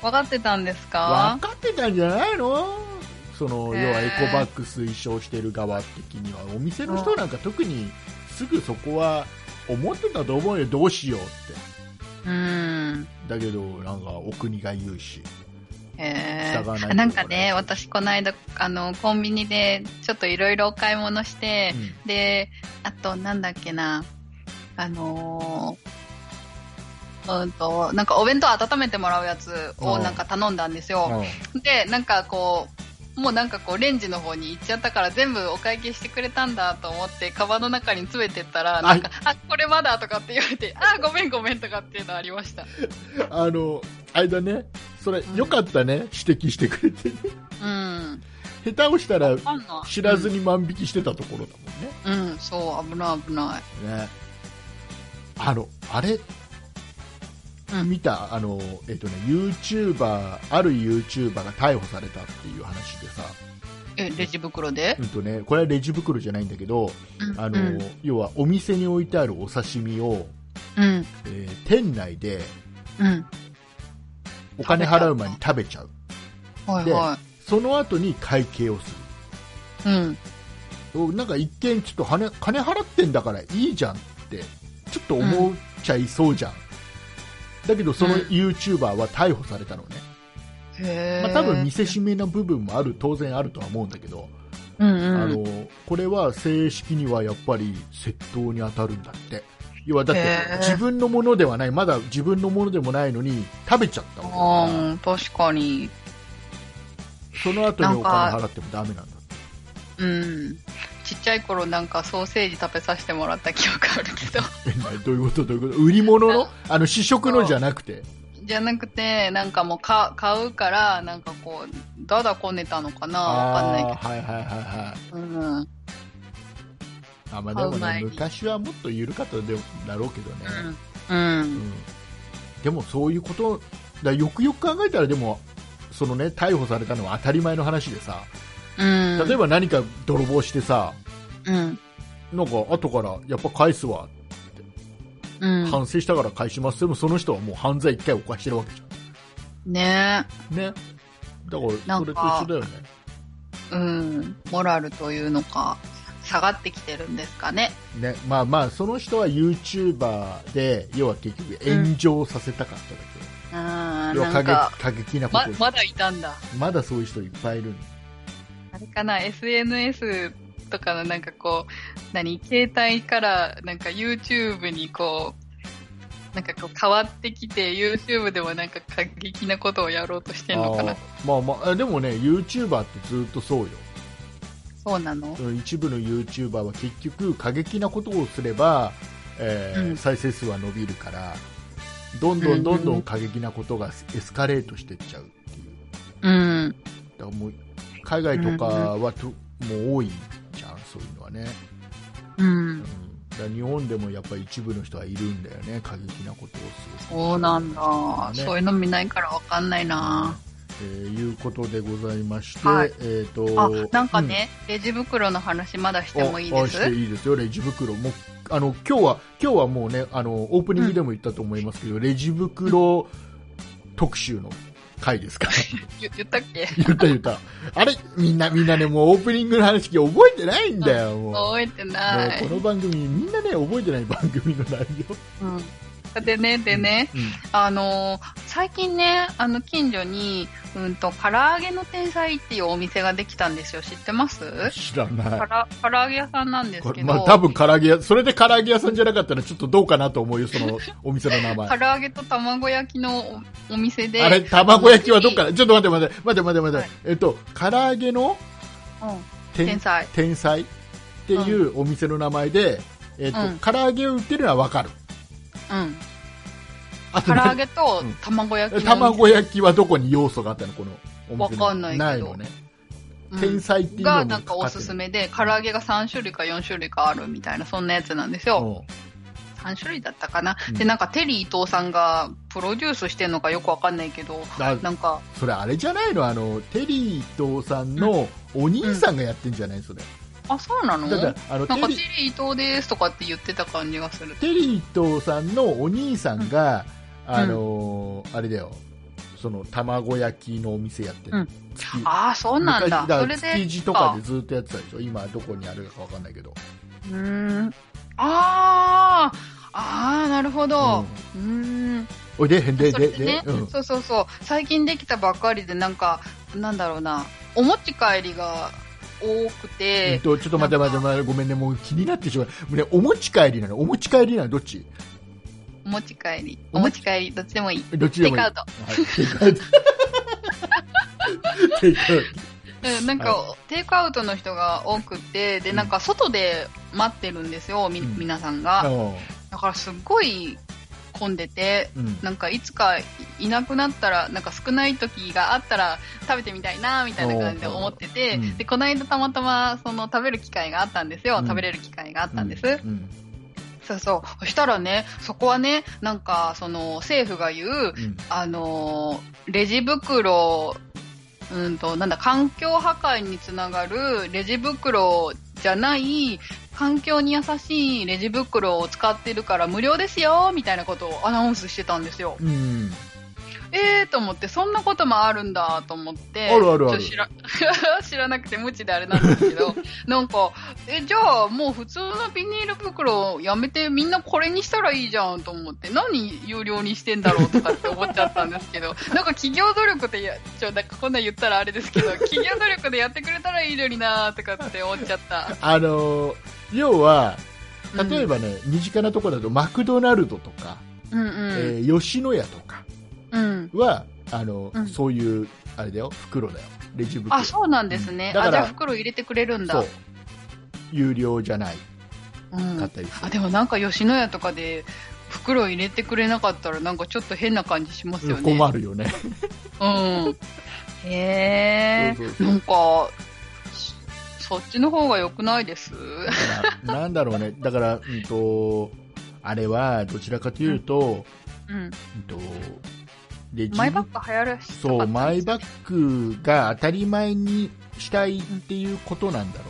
分かってたんですか分かってたんじゃないのそのへ要ーはエコバッグ推奨してる側的にはお店の人なんか特にすぐそこは思ってたと思うよどうしようってうん。だけどなんかお国が言うしへ従わないとーなんかね、私この間、あの、コンビニでちょっといろいろお買い物して、で、あとなんだっけな、あのーうんと、なんかお弁当温めてもらうやつうをんなんか頼んだんですよ。うんで、なんかこもうなんかこうレンジの方に行っちゃったから全部お会計してくれたんだと思ってカバンの中に詰めてったらなんかあこれまだとかって言われてあごめんごめんとかっていうのありましたあの、あれだね、それ、よかったね、指摘してくれて。うん下手をしたあら、んの知らずに万引きしてたところだもうん、うんそう危ない危ないんね。ねあの、あれ、うん見た、あの、えっ、とね、YouTuber、ある YouTuber が逮捕されたっていう話でさ、えレジ袋でうんとね、これはレジ袋じゃないんだけど、うんあうの、ん要はお店に置いてあるお刺身を、うんえー店内でうんお金払う前に食べちゃう。はいではその後に会計をする。いうんおなんか一見ちょっと金金払ってんだからいいじゃんってちょっと思っちゃいそうじゃん、だけどそのうん YouTuber は逮捕されたのね、へえまあ、多分見せしめな部分もある当然あるとは思うんだけど、うんあうんのこれは正式にはやっぱり窃盗に当たるんだって要はだってへー自分のものではないまだ自分のものでもないのに食べちゃったわけだからあー確かにその後にお金払ってもダメなんだってうんちっちゃい頃なんかソーセージ食べさせてもらった記憶あるけどえ何 [LAUGHS] どういうことどういうこと売り物のあの試食のじゃなくてじゃなくて、なんかもうか買うから、なんかこう、だだこねたのかなわかんないあーはいはいはいはいけど。うん。うん。あまあでも買う前ねに昔はもっと緩かったでだろうけどね、うん。うんでもそういうことだよくよく考えたらでもそのね逮捕されたのは当たり前の話でさうん。例ば、えば何か泥棒してさうん。なんか後からやっぱ返すわ、うん。反省したから返しますでもその人はもう犯罪1回犯してるわけじねゃんねだからなそんれとか一緒だよねえ。うん。モラルというのか、下がってきてるんですかね。ねまあまあその人は YouTuber で要は結局炎上させたかっただうん。なけ、要は過んか、激過激なこまとを、、まだいたんだ。まだそういう人いっぱいいるんだあれかな、SNS とかのなんかこう、何、携帯からなんか YouTube にこう、なんかこう変わってきて、YouTube でもなんか過激なことをやろうとしてんのかなあ。ーまあまああでもね YouTuber ってずっとそうよそうなのうん一部の YouTuber は結局過激なことをすれば、えーうん再生数は伸びるからどんどんどんどうんうんん過激なことがエスカレートしていっちゃうっていううん。だからもう海外とかはと、もう多いじゃんそういうのはね、うんうん、だ。から日本でもやっぱり一部の人はいるんだよね過激なことをするそうなんだ。ねそういうの見ないからわかんないな。えーいうことでございまして、はいえっ、あと、なんかうね、レジ袋の話まだしてもいいあであすしていいですよレジ袋もあの今日は今日はもうねあのオープニングでも言ったと思いますけど、レジ袋特集の回ですから [LAUGHS] ゆ言ったっけ言った言ったあれみんなみんなねもうオープニングの話聞き覚えてないんだよも覚えてう、なもういこ。の番組みんなね覚えてない番組の内容うん。でね、でね、あのー最近ね、あの、近所に、うんと、唐揚げの天才っていうお店ができたんですよ。知ってますうん知らなかいら唐揚げ屋さんなんですこけれど、まあ多分唐揚げ屋それで唐揚げ屋さんじゃなかったらちょっとどうかなと思うよそのお店の名前唐揚げと卵焼きのおお店で、あれ卵焼きはどっからちょっと待って待って待って待って待って、はいえっと唐揚げのうん、天天才。天才っていうお店の名前で、えっとうん唐揚げを売ってるのはわかる [LAUGHS] うん。あと唐揚ねげとうん卵焼きのお店、卵焼きはどこに要素があったのこのお店にわかんないけどないのね、うん天才っていうのが、になんかおすすめで、唐揚げが3種類か4種類かあるみたいな、そんなやつなんですうよ。ん3種類だったかな。うんで、なんかテリー伊藤さんがプロデュースしてんのかよくわかんないけど、あなんか、それあれじゃないのあのテリー伊藤さんのお兄さんがやってんじゃないそれ、あ、そうなのだからあのテなんかテリリー伊藤ですとかって言ってた感じがする。テリー伊藤さんのお兄さんが、あのーあれだよその卵焼きのお店やってる、うん月ああ、そうなんだ。昔からそれで。築地とかでずっとやってたでしょ今どこにあるかわかんないけどうーん。ああ、ああ、なるほど。うーん。おいで、で、それでで、で、ね、うん。そうそうそう。最近できたばっかりで、なんか、なんだろうな。お持ち帰りが多く、えってと、ちょっと待って待って待って、ごめんね、もう気になってしまう。もうね、お持ち帰りなのお持ち帰りなのどっちお持ち帰り。おお持持ちち帰り、どっちでもいい。どっちでテイもクいい。アはウト。 [LAUGHS] いテイクアウト。テイクアウうんなんか、テイクアウトの人が多くて、で、なんか、外で待ってるんですよ、み、うん皆さんが。うんだから、すっごい混んでて、うんなんか、いつかいいなくなったら、なんか少ない時があったら食べてみたいな、みたいな感じで思ってて、おーうんで、この間たまたま、その、食べる機会があったんですよ。うん食べれる機会があったんです。うんそうそう。そしたらね、そこはね、なんか、その、政府が言う、うんあのーレジ袋、うんと、なんだ、環境破壊につながるレジ袋じゃない、環境に優しいレジ袋を使ってるから無料ですよ、みたいなことをアナウンスしてたんですよ。うんえーと思って、そんなこともあるんだと思って。あるあるあるちょっと知ら [LAUGHS] 知らなくて無知であれなんですけ [LAUGHS] ど、なんか、え、じゃあもう普通のビニール袋をやめてみんなこれにしたらいいじゃんと思って、何有料にしてんだろうとかって思っちゃったんですけど、 [LAUGHS] なんか企業努力でや、ちょ、なんかこんなん言ったらあれですけ [LAUGHS] ど、企業努力でやってくれたらいいのになーとかって思っちゃった。あのー要はうん例えばね、身近なところだとマクドナルドとか、うんうえん。ー吉野家とかうん。はあの、うんそういうあれだよ袋だよレジ袋あ、そうなんですね。だかあ、じらゃあ袋入れてくれるんだ。そう有料じゃないうんかったりするあでもなんか吉野家とかで袋入れてくれなかったらなんかちょっと変な感じしますよね。困るよね。うん。へそうそえ。うそうなんか、そそっちの方が良くないです。ななんだろうね。だから、うんと、あれは、どちらかというと、うん。うんと、レジマイバッグ流行らしたかそったう、んですマイバッグが当たり前にしたいっていうことなんだろ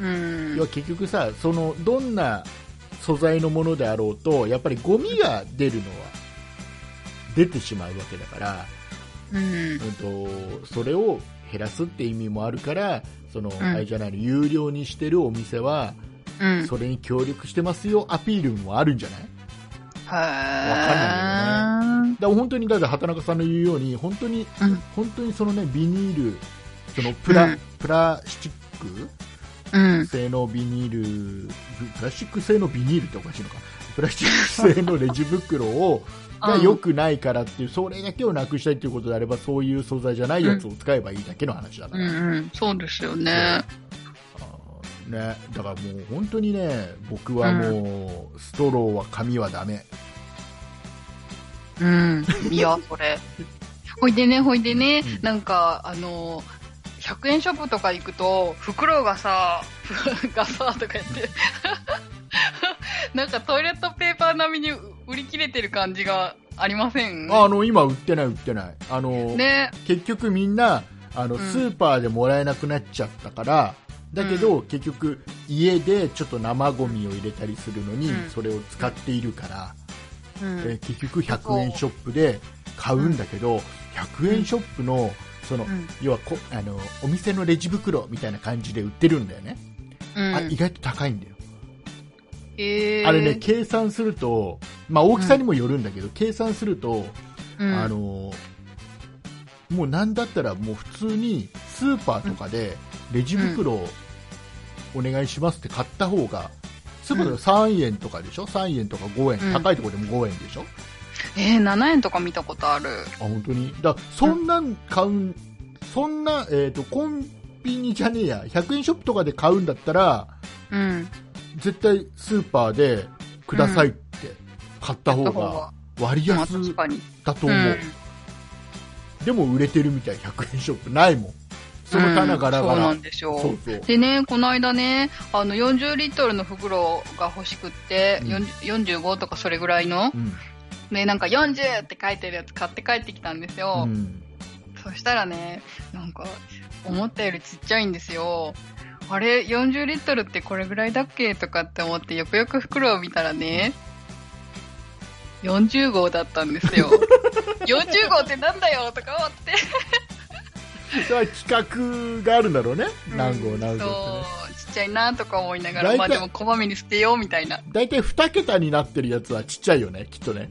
うう。ん要は。結局さ、その、どんな素材のものであろうと、やっぱりゴミが出るのは、出てしまうわけだから、うん。うんと、それを減らすって意味もあるから、その、んあれじゃないの、有料にしてるお店は、うん。それに協力してますよアピールもあるんじゃないはーだから本当にだって畑中さんの言うように本当に、うん本当にそのねビニールそのプラ、うんプラスチッうんク。製のビニールぶプラスチック製のビニールっておかしいのかプラスチック製のレジ [LAUGHS] 袋をが良くないからっていうそれだけをなくしたいっていうことであればそういう素材じゃないやつを使えばいいだけの話だかうら、んうん。そうですよね。あーね、だからもう本当にね僕はもう、ストローは紙はダメうん。いや、それ。ほいでね、ほいでねうん、なんか、あのー、100円ショップとか行くと、袋がさ、 [LAUGHS] がさ、とか言って、 [LAUGHS] なんかトイレットペーパー並みに売り切れてる感じがありませんあの今売ってない売ってないあの、ね。結局みんなあの、んスーパーでもらえなくなっちゃったからだけど、結局家でちょっと生ゴミを入れたりするのに、うんそれを使っているから、うんえー結局100円ショップで買うんだけど、100円ショップのその、うん要はこあのお店のレジ袋みたいな感じで売ってるんだよね、うんあ意外と高いんだよ、へーあれね計算すると、まあ、大きさにもよるんだけど、計算するとうんあのもうなんだったらもう普通にスーパーとかでレジ袋をお願いしますって買った方がスーパーで3円とかでしょ3円とか5円うん高いところでも5円でしょ、えー、7円とか見たことある。あ本当にだそんなん買うんそんな、えー、とコンビニじゃねえや100円ショップとかで買うんだったらうん。絶対スーパーでくださいって買った方が割まあ安確かに。だとう思う、ん。でも売れてるみたい100円ショップないもんその棚ガラガうんそうラ、なんでしょう。そうそうでね、この間ね、あの、40リットルの袋が欲しくって、うん40 45とかそれぐらいの、うんね、なんか40って書いてるやつ買って帰ってきたんですよ。うんそしたらね、なんか、思ったよりちっちゃいんですよ。あれ、40リットルってこれぐらいだっけとかって思って、よくよく袋を見たらね、40号だったんです [LAUGHS] よ。40号ってなんだよとか思って。それは企画があるんだろうね何号何号ってねそう、ちっちゃいなとか思いながら、大体まあでもこまめに捨てようみたいな。大体2桁になってるやつはちっちゃいよねきっとね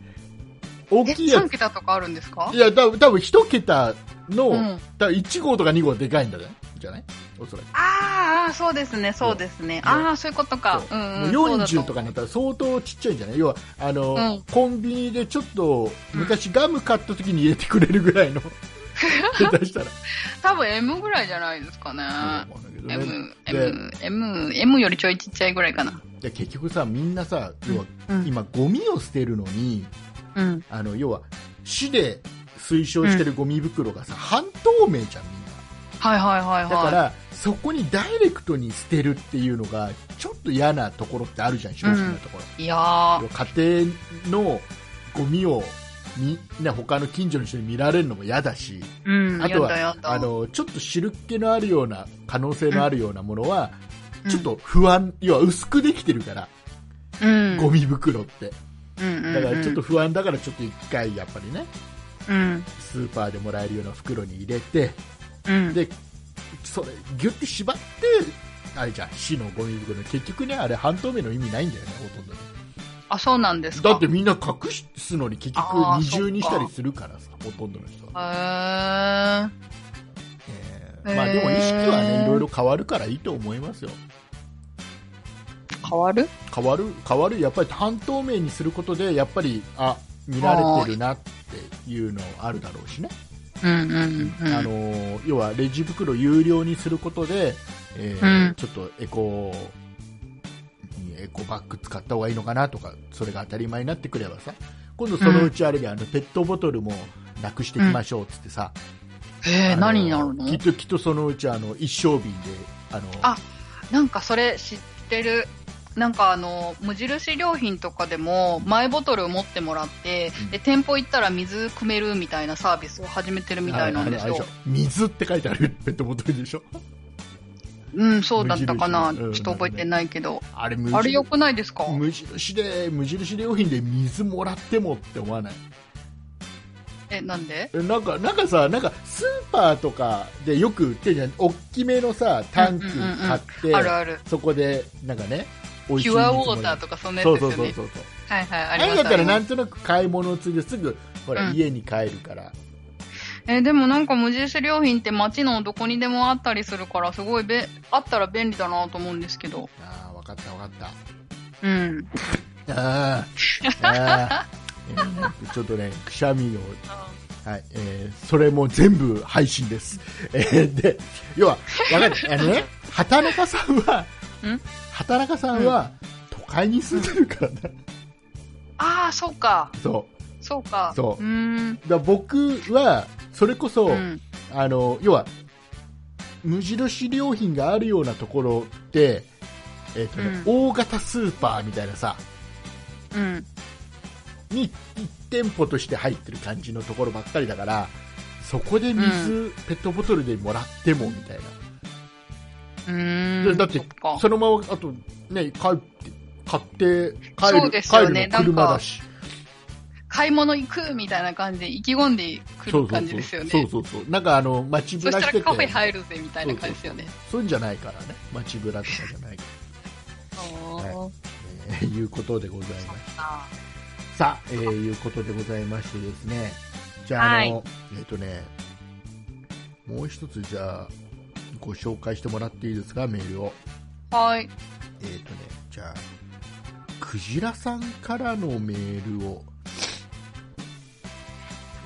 大え、きいや3つ桁とかあるんですかいや多分多分1桁の、うん多分1号とか2号はでかいんだねじゃないおそらくあーあー、そうですね、そうですね。うんああ、そういうことか。そううん、もううん。 40とかになったら相当ちっちゃいんじゃない要はあの、うん [LAUGHS] コンビニでちょっと昔ガム買った時に入れてくれるぐらいの下手したら。多分 M ぐらいじゃないですかね。そうなんだけどね M、で M、M、M よりちょいちっちゃいぐらいかな。で結局さ、みんなさ、要はうん。今、ゴミを捨てるのに、うん。あの要は市で推奨してるゴミ袋がさ、半透明じゃん、みんな。はいはいはいだから、はそこにダイレクトに捨てるっていうのが、ちょっと嫌なところってあるじゃん、正直なところ。い。いやー。家庭のゴミをみ、ね、他の近所の人に見られるのも嫌だし、うん。あとやだやはだあのちょっと汁っ気のあるような可能性のあるようなものは、うんちょっと不安要は薄くできてるから、うん。ゴミ袋ってうんうん。だからちょっと、不安だからちょっと一回やっぱりねうん。スーパーでもらえるような袋に入れてうん。でそれギュッて縛ってあれじゃん市のゴミ袋に結局ねあれ半透明の意味ないんだよねほとんどねあ、そうなんですか。だってみんな隠すのに結局あー二重にしたりするからさほとんどの人は、へー。えーまあでも意識はねいろいろ変わるからいいと思いますよ変わる変わる変わるやっぱり半透明にすることでやっぱりあ見られてるなっていうのあるだろうしね、うんうんうん。あの要はレジ袋有料にすることで、えーうんちょっとエコエコバッグ使った方がいいのかなとかそれが当たり前になってくればさ今度そのうちあれであのペットボトルもなくしていきましょうっつってさ、えあー、の何になるのきっときっとそのうちあの一升瓶であのあなんかそれ知ってる。なんかあの、無印良品とかでも、マイボトルを持ってもらって、うんで、店舗行ったら水汲めるみたいなサービスを始めてるみたいなんですあのあれよでし。ょ水って書いてあるペットボトルでしょうん、そうだったかな。無ち印ょうっんと覚えてないけど。あれ無印あれ良くないですか無印で無印良品で水もらってもって思わないえ、なんでえなんかなんかさなんかスーパーとかでよく売ってるじゃん大きめのさタンクうんうんうんうん買って、あるある。そこでなんかね美味しいキュアウォーターとかそんなやつそうですよそうね。そうそうはいはい、あありまれすだったらあなりまんとなく買い物をついですぐほら、うん家に帰るかすらえ、でもなんか無印良品って街のどこにでもあったりするから、すごいべ、あったら便利だなと思うんですけど。ああ分かった分かったうん。あ [LAUGHS] ーあー、えーちょっとねくしゃみをはい、えーそれも全部配信です。えーで、要は、わかる、あのね、畑中さんはん、畑中さんは、都会に住んでるからね。ああ、そうか。そそうか。そううーん。う。だから僕は、それこそ、うん。あの、要は、無印良品があるようなところって、えっ、とね、大型スーパーみたいなさ、うん。に1店舗として入ってる感じのところばっかりだから、そこで水、ペットボトルでもらってもみたいな。うーでん。だってそかそのまま、あと、ね、帰って、買って、帰そうる、です帰よるねの車だし。買い物行くみたいな感じで意気込んでくる感じですよね。そうそうそう。なんかあの、街ぶそらししたてらて、カフェ入るぜみたいな感じですよね。そういうんじゃないからね。街ぶらとかじゃないかうそうおーら、ね、 [LAUGHS] いうことでございまそす。っかさあ、えー、いうことでございましてですね。じゃあ、あの、えっ、とね、もう一つじゃあ、ご紹介してもらっていいですか、メールを。はい。えっ、とね、じゃあ、クジラさんからのメールを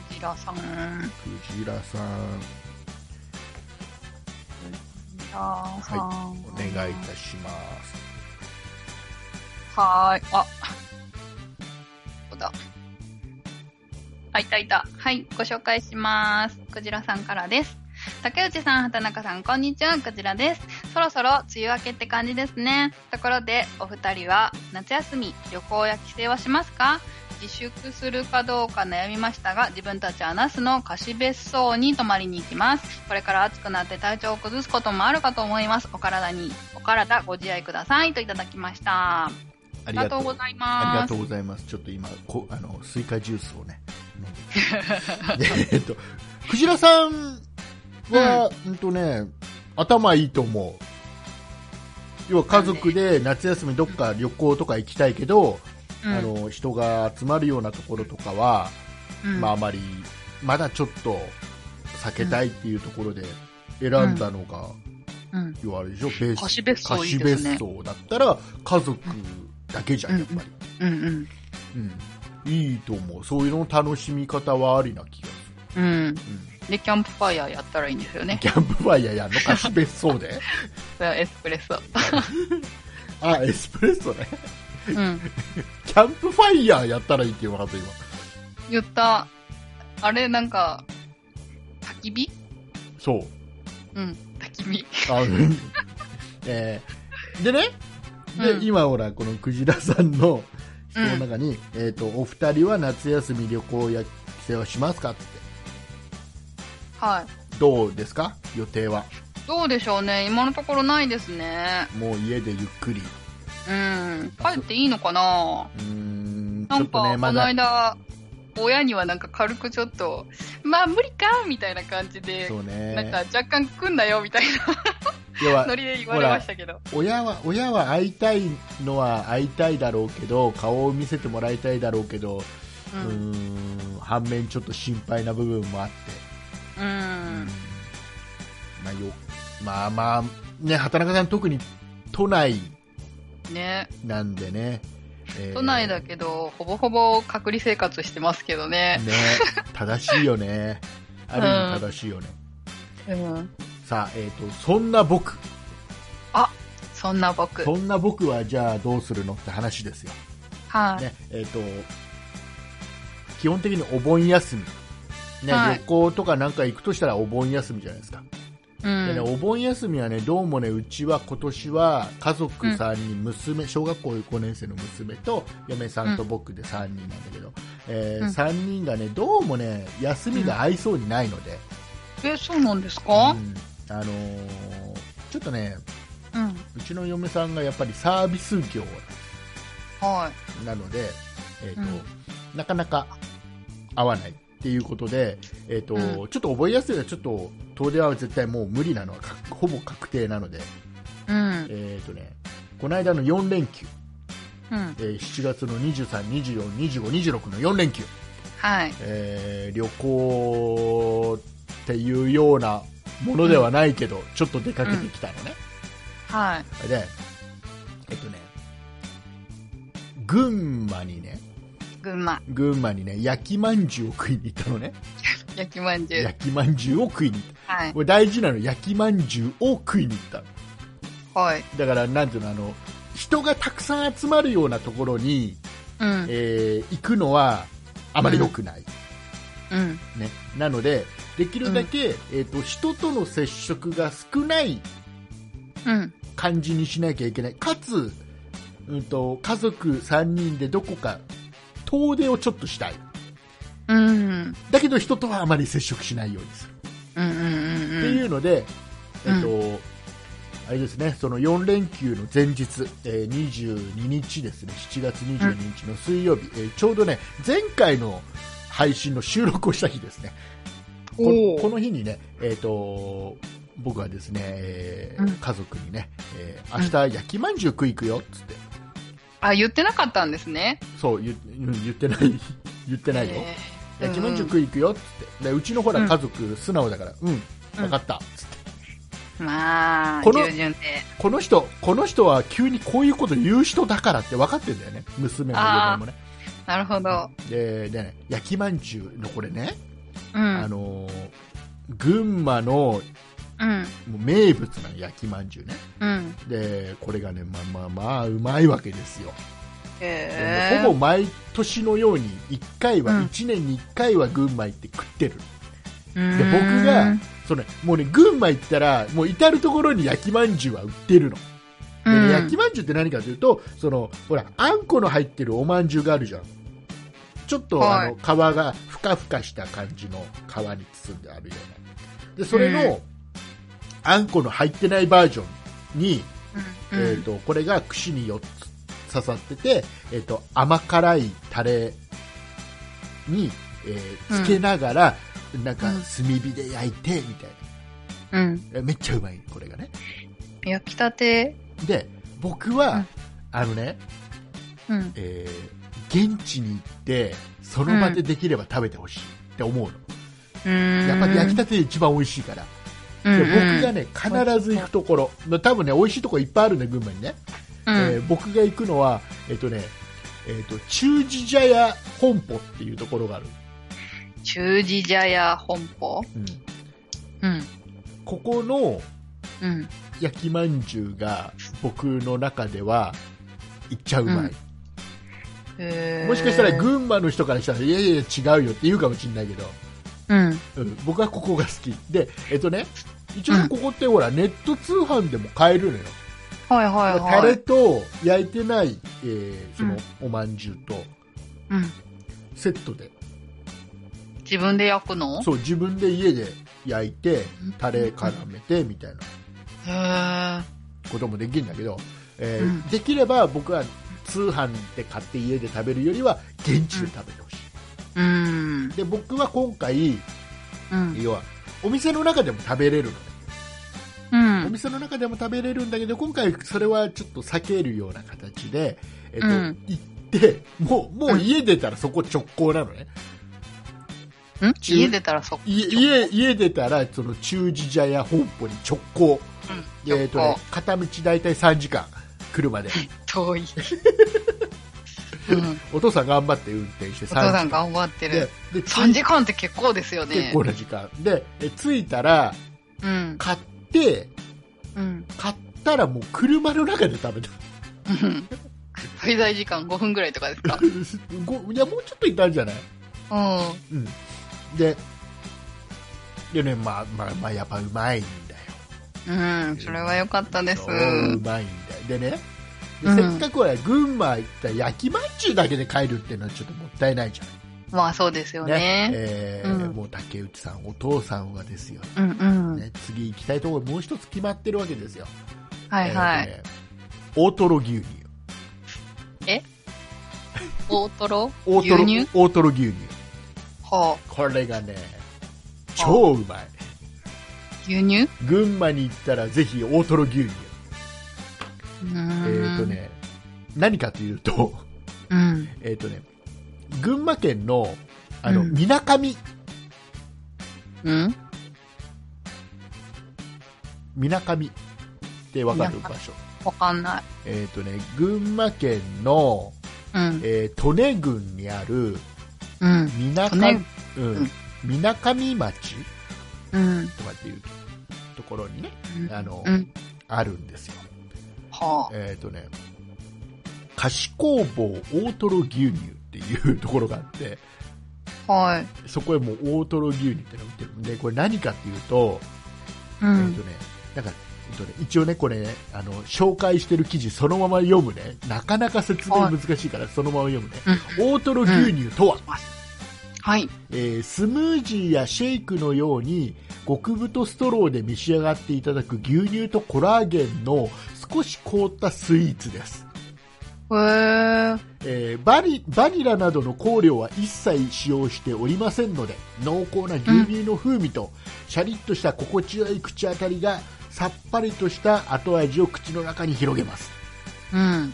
クジラさん。クジラさん、クジラさん。お願いいたします。はーい。あ、ここだ。あ、いたいた。はい、ご紹介します。クジラさんからです。竹内さん、畑中さん、こんにちは。クジラです。そろそろ梅雨明けって感じですね。ところで、お二人は夏休み、旅行や帰省はしますか自粛するかどうか悩みましたが、自分たちは那須の貸別荘に泊まりに行きます。これから暑くなって体調を崩すこともあるかと思います。お体に、お体ご自愛くださいといただきました。あありがとうございます。ありがとうございます。ちょっと今、こあのスイカジュースをね、 [LAUGHS] 飲んでえっと、クジラさんは、うんとね、頭いいと思う。要は家族で夏休みどっか旅行とか行きたいけど、あうんの人が集まるようなところとかは、うんまああまり、まだちょっと避けたいっていうところで選んだのが、うん要はあれでしょ、別貸別荘い貸いです別ね。荘だったら家族だけじゃん、うんやっぱり。うんうん。うん、いいと思う。そういうの楽しみ方はありな気がうん。する。で、キャンプファイヤーやったらいいんですよね。キャンプファイヤー [LAUGHS] やんの貸別荘でエスプレッ [LAUGHS] ソ。あ、エスプレッソね。うん。キャンプファイヤーやったらいいって言わなかった、今。言った。あれ、なんか、焚き火そう。うん、焚き火。あの [LAUGHS] えーでね、で、うん今ほら、このクジラさんの質問の中に、えっ、と、お二人は夏休み旅行や帰省はしますかって言っはい。て、どうですか予定は。どうでしょうね。今のところないですね。もう家でゆっくり。うん。帰っていいのかなうーん、なちょんっとか、ね、こまのだ、間、親にはなんか軽くちょっと、まあ無理かみたいな感じでそ、うなんねか。若干来んなよみたい要なはノ、リで言われましたけど。親は、親は会いたいのは会いたいだろうけど、顔を見せてもらいたいだろうけど、ううーん。うん。ん、反面ちょっと心配な部分もあって。まあよ、まあまあ、ね、畑中さん特に都内ね。なんでね。えー都内だけど、ほぼほぼ隔離生活してますけどね。ね、正しい [LAUGHS] よね。ある意味正しいよね。うん。さあ、えっ、と、そんな僕。そんな僕。そんな僕はじゃあどうするのって話ですよ。はい。ね、えっ、と、基本的にお盆休み。ね、はい旅行とかなんか行くとしたらお盆休みじゃないですか。うでね、ん。お盆休みはね、どうもね、うちは今年は家族さんに娘、小学校5年生の娘と嫁さんと僕で3人なんだけど、えうん3人がね、どうもね、休みが合いそうにないので、え、そうなんですうんかあのーちょっとね、うん。うちの嫁さんがやっぱりサービス業はなので、えーとうんなかなか合わないっていうことで、えーとうちょっとお盆休みはちょっと遠出は絶対もう無理なのは確ほぼ確定なので。い。うん。えーとね、この間の4連休、うん。えー7月の23、24、25、26の4連休、はい。えー旅行っていうようなものではないけど、ちょっと出かけてきたのね。はい。で、えっとね、群馬にね、群馬。群馬にね、焼きまんじゅうを食いに行ったのね。焼きまんじゅう。焼きまんじゅうを食いに行った。はい。これ大事なの、焼きまんじゅうを食いに行ったの。はい。だから、なんていうの、あの、人がたくさん集まるようなところに、うん。えー行くのはあまり良くない、うん。ね、なのでできるだけ、えー、と人との接触が少ないうん。感じにしなきゃいけないかつ、うん、と家族3人でどこか遠出をちょっとしたいうん。うん。だけど人とはあまり接触しないようにする、うん。ってうん。いうので、えーとあれですね、その4連休の前日、えー22日ですね7月22日の水曜日、えーちょうどね前回の配信の収録をした日ですねこおこーの日にね、えー、と僕はですね、えーうん家族にね、えー明日焼きまんじゅう食い行くよっつってあ、言ってなかったんですね。そう言うん言ってない [LAUGHS] 言ってないよ、えー焼きまんじゅう食い行くよっつってでうちのほらうん家族素直だからうん、分かったっつってまあ、この従順で。この人この人は急にこういうこと言う人だからって分かってんだよね娘も嫁もねなるほど。ででね焼きまんじゅうのこれね、うあん。のー群馬のうん。もう名物なの焼きまんじゅうねうん。でこれがねまあまあまあうまいわけですよ、えーほぼ毎年のように1回は、うん1年に1回は群馬行って食ってるうんで僕がそのもうね群馬行ったらもう至る所に焼きまんじゅうは売ってるの、うでねん。焼きまんじゅうって何かというとそのほらあんこの入ってるおまんじゅうがあるじゃんちょっと、はいあの皮がふかふかした感じの皮に包んであるようなでそれの、うんあんこの入ってないバージョンにうん。えー、とこれが串に4つ刺さってて、えー、と甘辛いタレに、えーつけながら、なんかうん炭火で焼いてみたいうん。なえめっちゃうまいこれがね焼きたて。で僕は、うんあのね、うん。えー現地に行ってその場でできれば食べてほしいって思うの、やっぱり焼きたたてで一番美味しいから、てで僕がね必ず行くところまあ多分ね美味しいところいっぱいあるね群馬にね、えね、ー僕が行くのは、えっ、とね、えっ、と、中寺茶屋本舗っていうところがある。中寺茶屋本舗うん、うん。ここのうん。焼きまんじゅうが僕の中ではいっちゃうまい、へーもしかしたら群馬の人からしたらいやいや違うよって言うかもしれないけど、うん。うん、僕はここが好きでえっとね一応ここってほら、ネット通販でも買えるのよ、はいはいタはレい。と焼いてない、えーそのうんおまんじゅうとうん。セットで、自分で焼くのそう自分で家で焼いてタレ絡めてみたいなへーこともできるんだけど、えーうんできれば僕は通販で買って家で食べるよりは現地で食べてほしい、うん。で僕は今回うん。要はお店の中でも食べれるのね、うおん。店の中でも食べれるんだけど今回それはちょっと避けるような形で、えっとうん行ってもうもう家出たらそこ直行なのね、ん家出たらそっい家家出たらその中寺茶屋本舗に直行うん。えーとね横、片道大体3時間車で [LAUGHS] 遠い。うん。お父さん頑張って運転してお父さ3ん時間頑張ってでる。で3時間って結構ですよね。結構な時間でえ着いたらうん。買ってうん。買ったらもう車の中で食べた [LAUGHS] うん [LAUGHS] 滞在時間5分ぐらいとかです [LAUGHS] か。ごいやもうちょっといたんじゃない、ううん、ででねまあまあ、まあ、やっぱうまいんだよん。うん。それは良かったです。そうううまいんだよでねでうんせっかくは群馬行ったら焼きまんじゅうだけで帰るっていうのはちょっともったいないじゃんまあそうですよねね。えーうんもう竹内さん、お父さんはですよ、うんうん。ね、次行きたいところ、もう一つ決まってるわけですよ、はいはえーい。とね大トロ牛乳、大トロ大牛トロ乳大トロ牛乳、はあ、これがね、超うまい、牛乳う群馬に行ったらぜひ大トロ牛乳、ーえん。ーとね、何かというと、 [LAUGHS] うん。えーとね、群馬県のあのうんみなかみ、うんみなかみってわかるみなか場所、わかんない。えーとね、群馬県の、うん。えー、利根郡にある、うん。みなか利根うんみなかみ町うん。とかっていうところにねあのうん。あるんですよはあ。えっ、とね菓子工房大トロ牛乳っていうところがあってはい。そこへもう大トロ牛乳ってのが売ってるんでこれ何かっていうと,、うえっん。とねなんかえっとね一応ね、これね、あの、紹介してる記事そのまま読むね。なかなか説明難しいから、そのまま読むね。大トロ牛乳とは、はい。えースムージーやシェイクのように極太ストローで召し上がっていただく牛乳とコラーゲンの少し凍ったスイーツです、へー。えーバニバニラなどの香料は一切使用しておりませんので濃厚な牛乳の風味と、シャリッとした心地よい口当たりがさっぱりとした後味を口の中に広げますうん。っ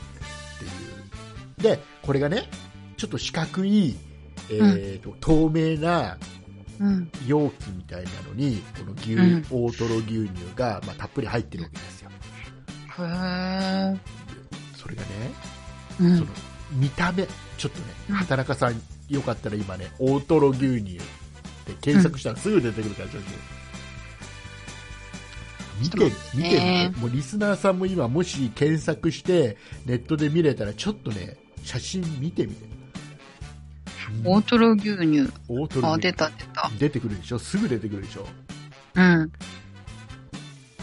ていうでこれがねちょっと四角い、えーと透明なうん。容器みたいなのにこの牛、うん大トロ牛乳が、まあ、たっぷり入ってるわけですよへー。それがね、うそのん。見た目ちょっとねうん畑中さんよかったら今ね大トロ牛乳って検索したらすぐ出てくるから正直見て見て、ねもうリスナーさんも今もし検索してネットで見れたらちょっとね写真見てみて大トロ牛乳。大トロあ、牛出乳た出た。出てくるでしょすぐ出てくるでしょうん。う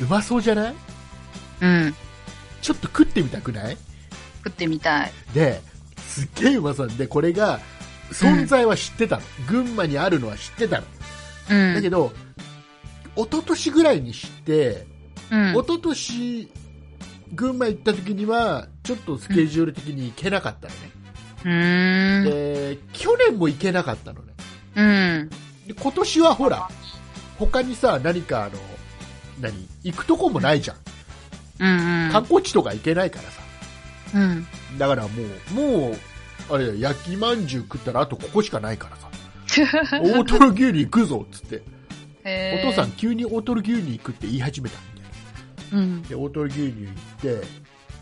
まそうじゃないうん。ちょっと食ってみたくない食ってみたい。ですっげえうまそうなんでこれが存在は知ってたの、群馬にあるのは知ってたの、うん。だけど一昨年ぐらいに知って、うん。一昨年群馬行った時にはちょっとスケジュール的に行けなかったのね、うーん。で去年も行けなかったのねうん。で今年はほら他にさ何かあの何行くとこもないじゃん、うん。観光地とか行けないからさうん。だからもうもうあれだよ焼きまんじゅう食ったらあとここしかないからさ [LAUGHS] 大トロ牛乳行くぞっつって、へお父さん急に大トロ牛乳行くって言い始めたんだよん。うん。で大トロ牛乳行って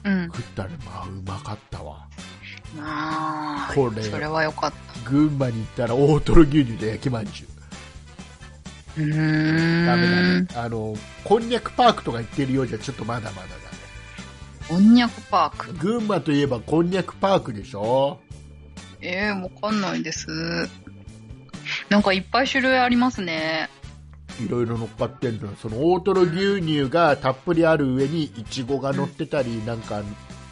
うん。食ったらまあうまかったわあーこれそれはよかった群馬に行ったら大トロ牛乳で焼きまんじゅううーダメだねんあのこんにゃくパークとか行ってるようじゃちょっとまだまだだねこんにゃくパーク群馬といえばこんにゃくパークでしょええー、わかんないですなんかいっぱい種類ありますねいろいろ乗っかってんのよその大トロ牛乳がたっぷりある上にいちごが乗ってたりなんか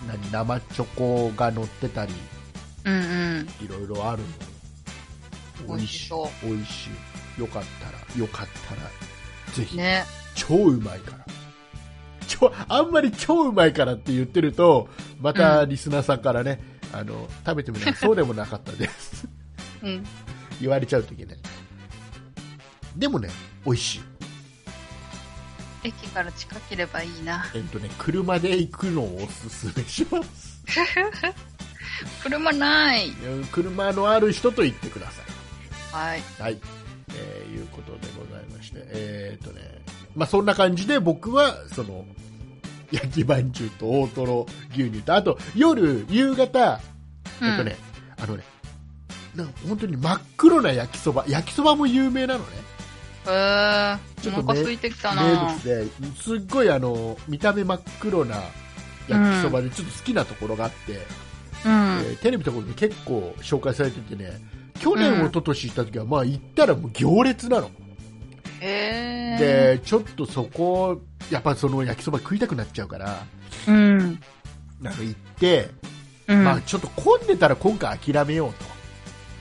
何生チョコが乗ってたりうんうんいろいろあるの美味しそう美味しいよかったらよかったらぜひ、ね超うまいからちょあんまり超うまいからって言ってるとまたリスナーさんからね、あの食べてみないそうでもなかったです [LAUGHS] うん言われちゃうといけないでもね美味しい駅から近ければいいなえっとね車で行くのをおすすめします車ないうん車のある人と行ってくださはいいはいえーいうことでございましてえーっとねまあそんな感じで僕はその焼きまんじゅうと大トロ牛乳とあと夜夕方うんえっとね、あのね、なんか本当に真っ黒な焼きそば、焼きそばも有名なのね、へえちおょっと腹ね空いてきた名な物ですっごいあの見た目真っ黒な焼きそばで、ちょっと好きなところがあって、うん、えーテレビとかで結構紹介されててね、去年、一昨年行った時は、まあ行ったらもう行列なの、へえでちょっとそこ、やっぱその焼きそば食いたくなっちゃうから、うんなんか行って、うん、まあちょっと混んでたら今回諦めよう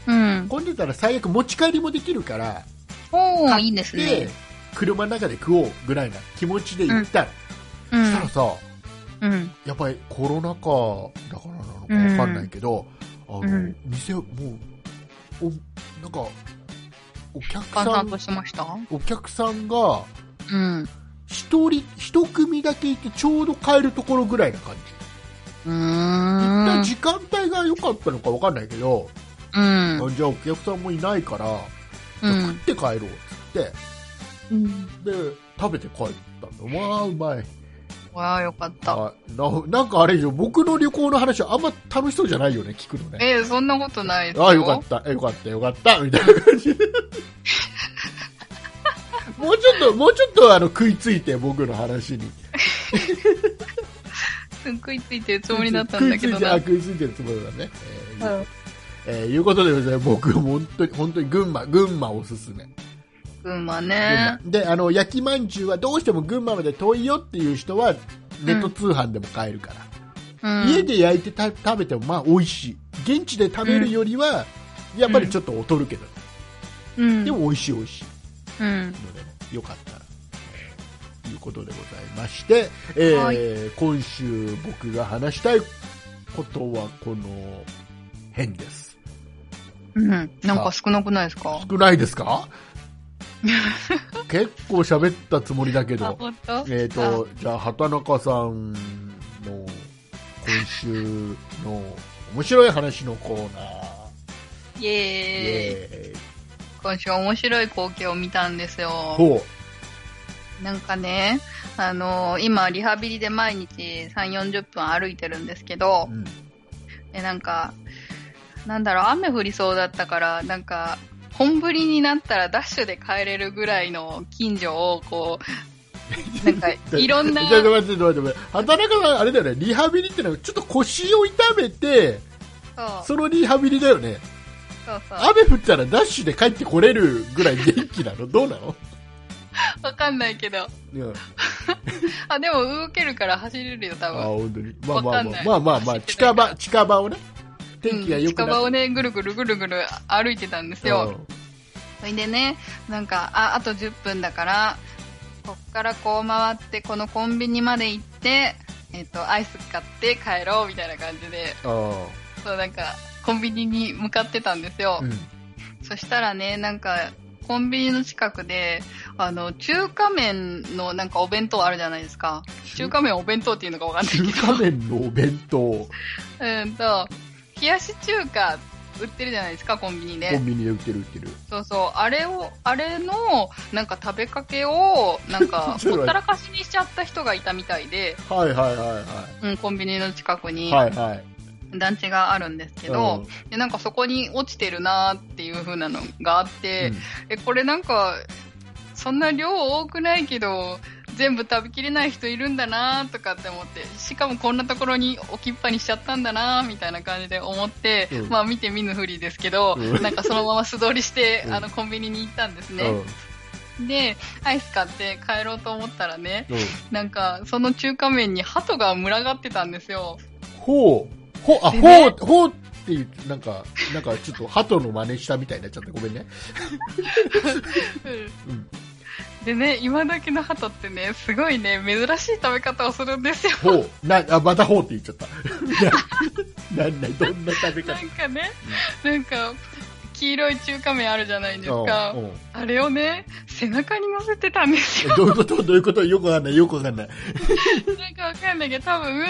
と、うん。混んでたら最悪持ち帰りもできるから、おー、いいですでね。車の中で食おうぐらいな気持ちで行ったら、うそしたらん。さうん。やっぱりコロナ禍だからなのかわかんないけど、あのうん店もうおなんかお客閑さ散んとしてましたお客さんがうん。一人一組だけいてちょうど帰るところぐらいな感じう行っーたん。時間帯が良かったのかわかんないけど、うん。あじゃあお客さんもいないから、うん食って帰ろうっつってうん。で食べて帰ったんだわあうまいわー、よかった。あななんかあれ以上僕の旅行の話はあんま楽しそうじゃないよね聞くのねえー、そんなことないですよ。ああよかったよかったよかったみたいな感じ [LAUGHS] でもうちょっともうちょっとあの食いついて僕の話に食いついてるつもりだったんだけどな。食いついてあ食いついてるつもりだね、えーうんえーいうことでございます僕本当に本当に群馬群馬おすすめ群馬群ね馬。であの焼きまんじゅうはどうしても群馬まで遠いよっていう人はネット通販でも買えるから、うん。家で焼いてた食べてもまあ美味しい現地で食べるよりはやっぱりちょっと劣るけど、うん。でも美味しい美味しいうん。ので、ね、よかったらということでございまして、えーはい今週僕が話したいことはこの辺ですうん。なんか少なくないですか少ないで [LAUGHS] すか結構喋ったつもりだけあ、どほんとえー、とじゃあ畑中さんの今週の面白い話のコーナーあイエーイ。え今週面白い光景を見たんですよ。ー、ほなんかね、あの今、リハビリで毎日3、40分歩いてるんですけどう、う、ん、えなんか、なんだろう、雨降りそうだったから、なんか、本降りになったらダッシュで帰れるぐらいの近所を、こう、な [LAUGHS] んか、いろんな、ちょっと待ってちょっと待って畑中さんあれだよねリハビリってのはちょっと腰を痛めてそう、そのリハビリだよねそうそう、雨降ったらダッシュで帰ってこれるぐらい元気なのどうなの、わかんないけど、うん、あ、でも動けるから走れるよ、多あ分。本当にまあまあわかんないまあまあまあ、まあ、近場近場をね天気がうん良く近なっ場をてね、ぐるぐるぐるぐる歩いてたんですよ。それでね、なんか、あ、あと10分だから、こっからこう回って、このコンビニまで行って、えっ、と、アイス買って帰ろうみたいな感じで、うんあそうなんか、コンビニに向かってたんですあよ。うんそしたらね、なんか、コンビニの近くで、あの、中華麺のなんかお弁当あるじゃないですか。中華麺お弁当っていうのかわかんないけ中華麺のお弁当コど。うんと、冷やし中華売ってるじゃないですか、コンビニで。ンビニで売ってる売ってる、そうそう、あれを、あれの、なんか食べかけを、なんか [LAUGHS] ちょっと待ってほったらかしにしちゃった人がいたみたいで、はいはいはいはうん、コンビニの近くいに。はいはい団地があるんですけど、でなんかそこに落ちてるなーっていう風なのがあっうて、んえ、これなんか、そんな量多くないけど、全部食べきれない人いるんだなとかって思って、しかもこんなところに置きっぱにしちゃったんだなみたいな感じで思って、うんまあ見て見ぬふりですけど、うんなんかそのまま素通りして、うんあのコンビニに行ったんですうんね。で、アイス買って帰ろうと思ったらね、うんなんかその中華麺に鳩が群がってたんですよ。ほう、ほう、あ、でねほう、ほうっていう、なんか、なんかちょっと鳩の真似したみたいになっちゃって、ごめんね。うんでね、今だけの鳩ってね、すごいね、珍しい食べ方をするんですよ。ほう、な、あ、またほうって言っちゃった。 [LAUGHS] な、なんない、どんな食べな方んかね、なんか、黄色い中華麺あるじゃないですかう。んうんあれをね、背中に乗せてたんですえ [LAUGHS] よ。どういうこと [LAUGHS] どういうことよくわかんない、よくわかんない。なんかわかんないけど、多分、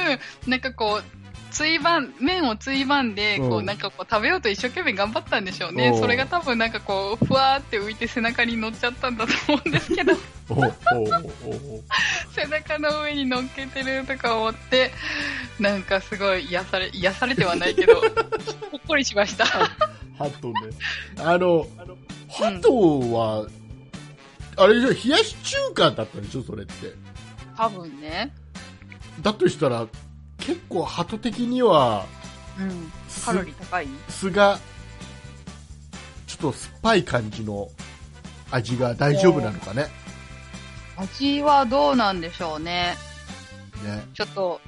なんかこう、ついばん、麺をついばんで、こうう、んなんかこう、食べようと一生懸命頑張ったんでしょうねう。んそれが多分なんかこう、ふわーって浮いて背中に乗っちゃったんだと思うんです [LAUGHS] けど、ほう、ほう、ほう、ほう。背中の上に乗っけてるとか思って、なんかすごい癒され、癒されてはない [LAUGHS] けど、ほっこりしました。鳩ね。あの、鳩は、あれじゃ冷やし中華だったでしょ、それって。多分ね。だとしたら、結構鳩的には、うん。すカロリー高い酢がちょっと酸っぱい感じの味が大丈夫なのかね味はどうなんでしょうね。ねちょっと、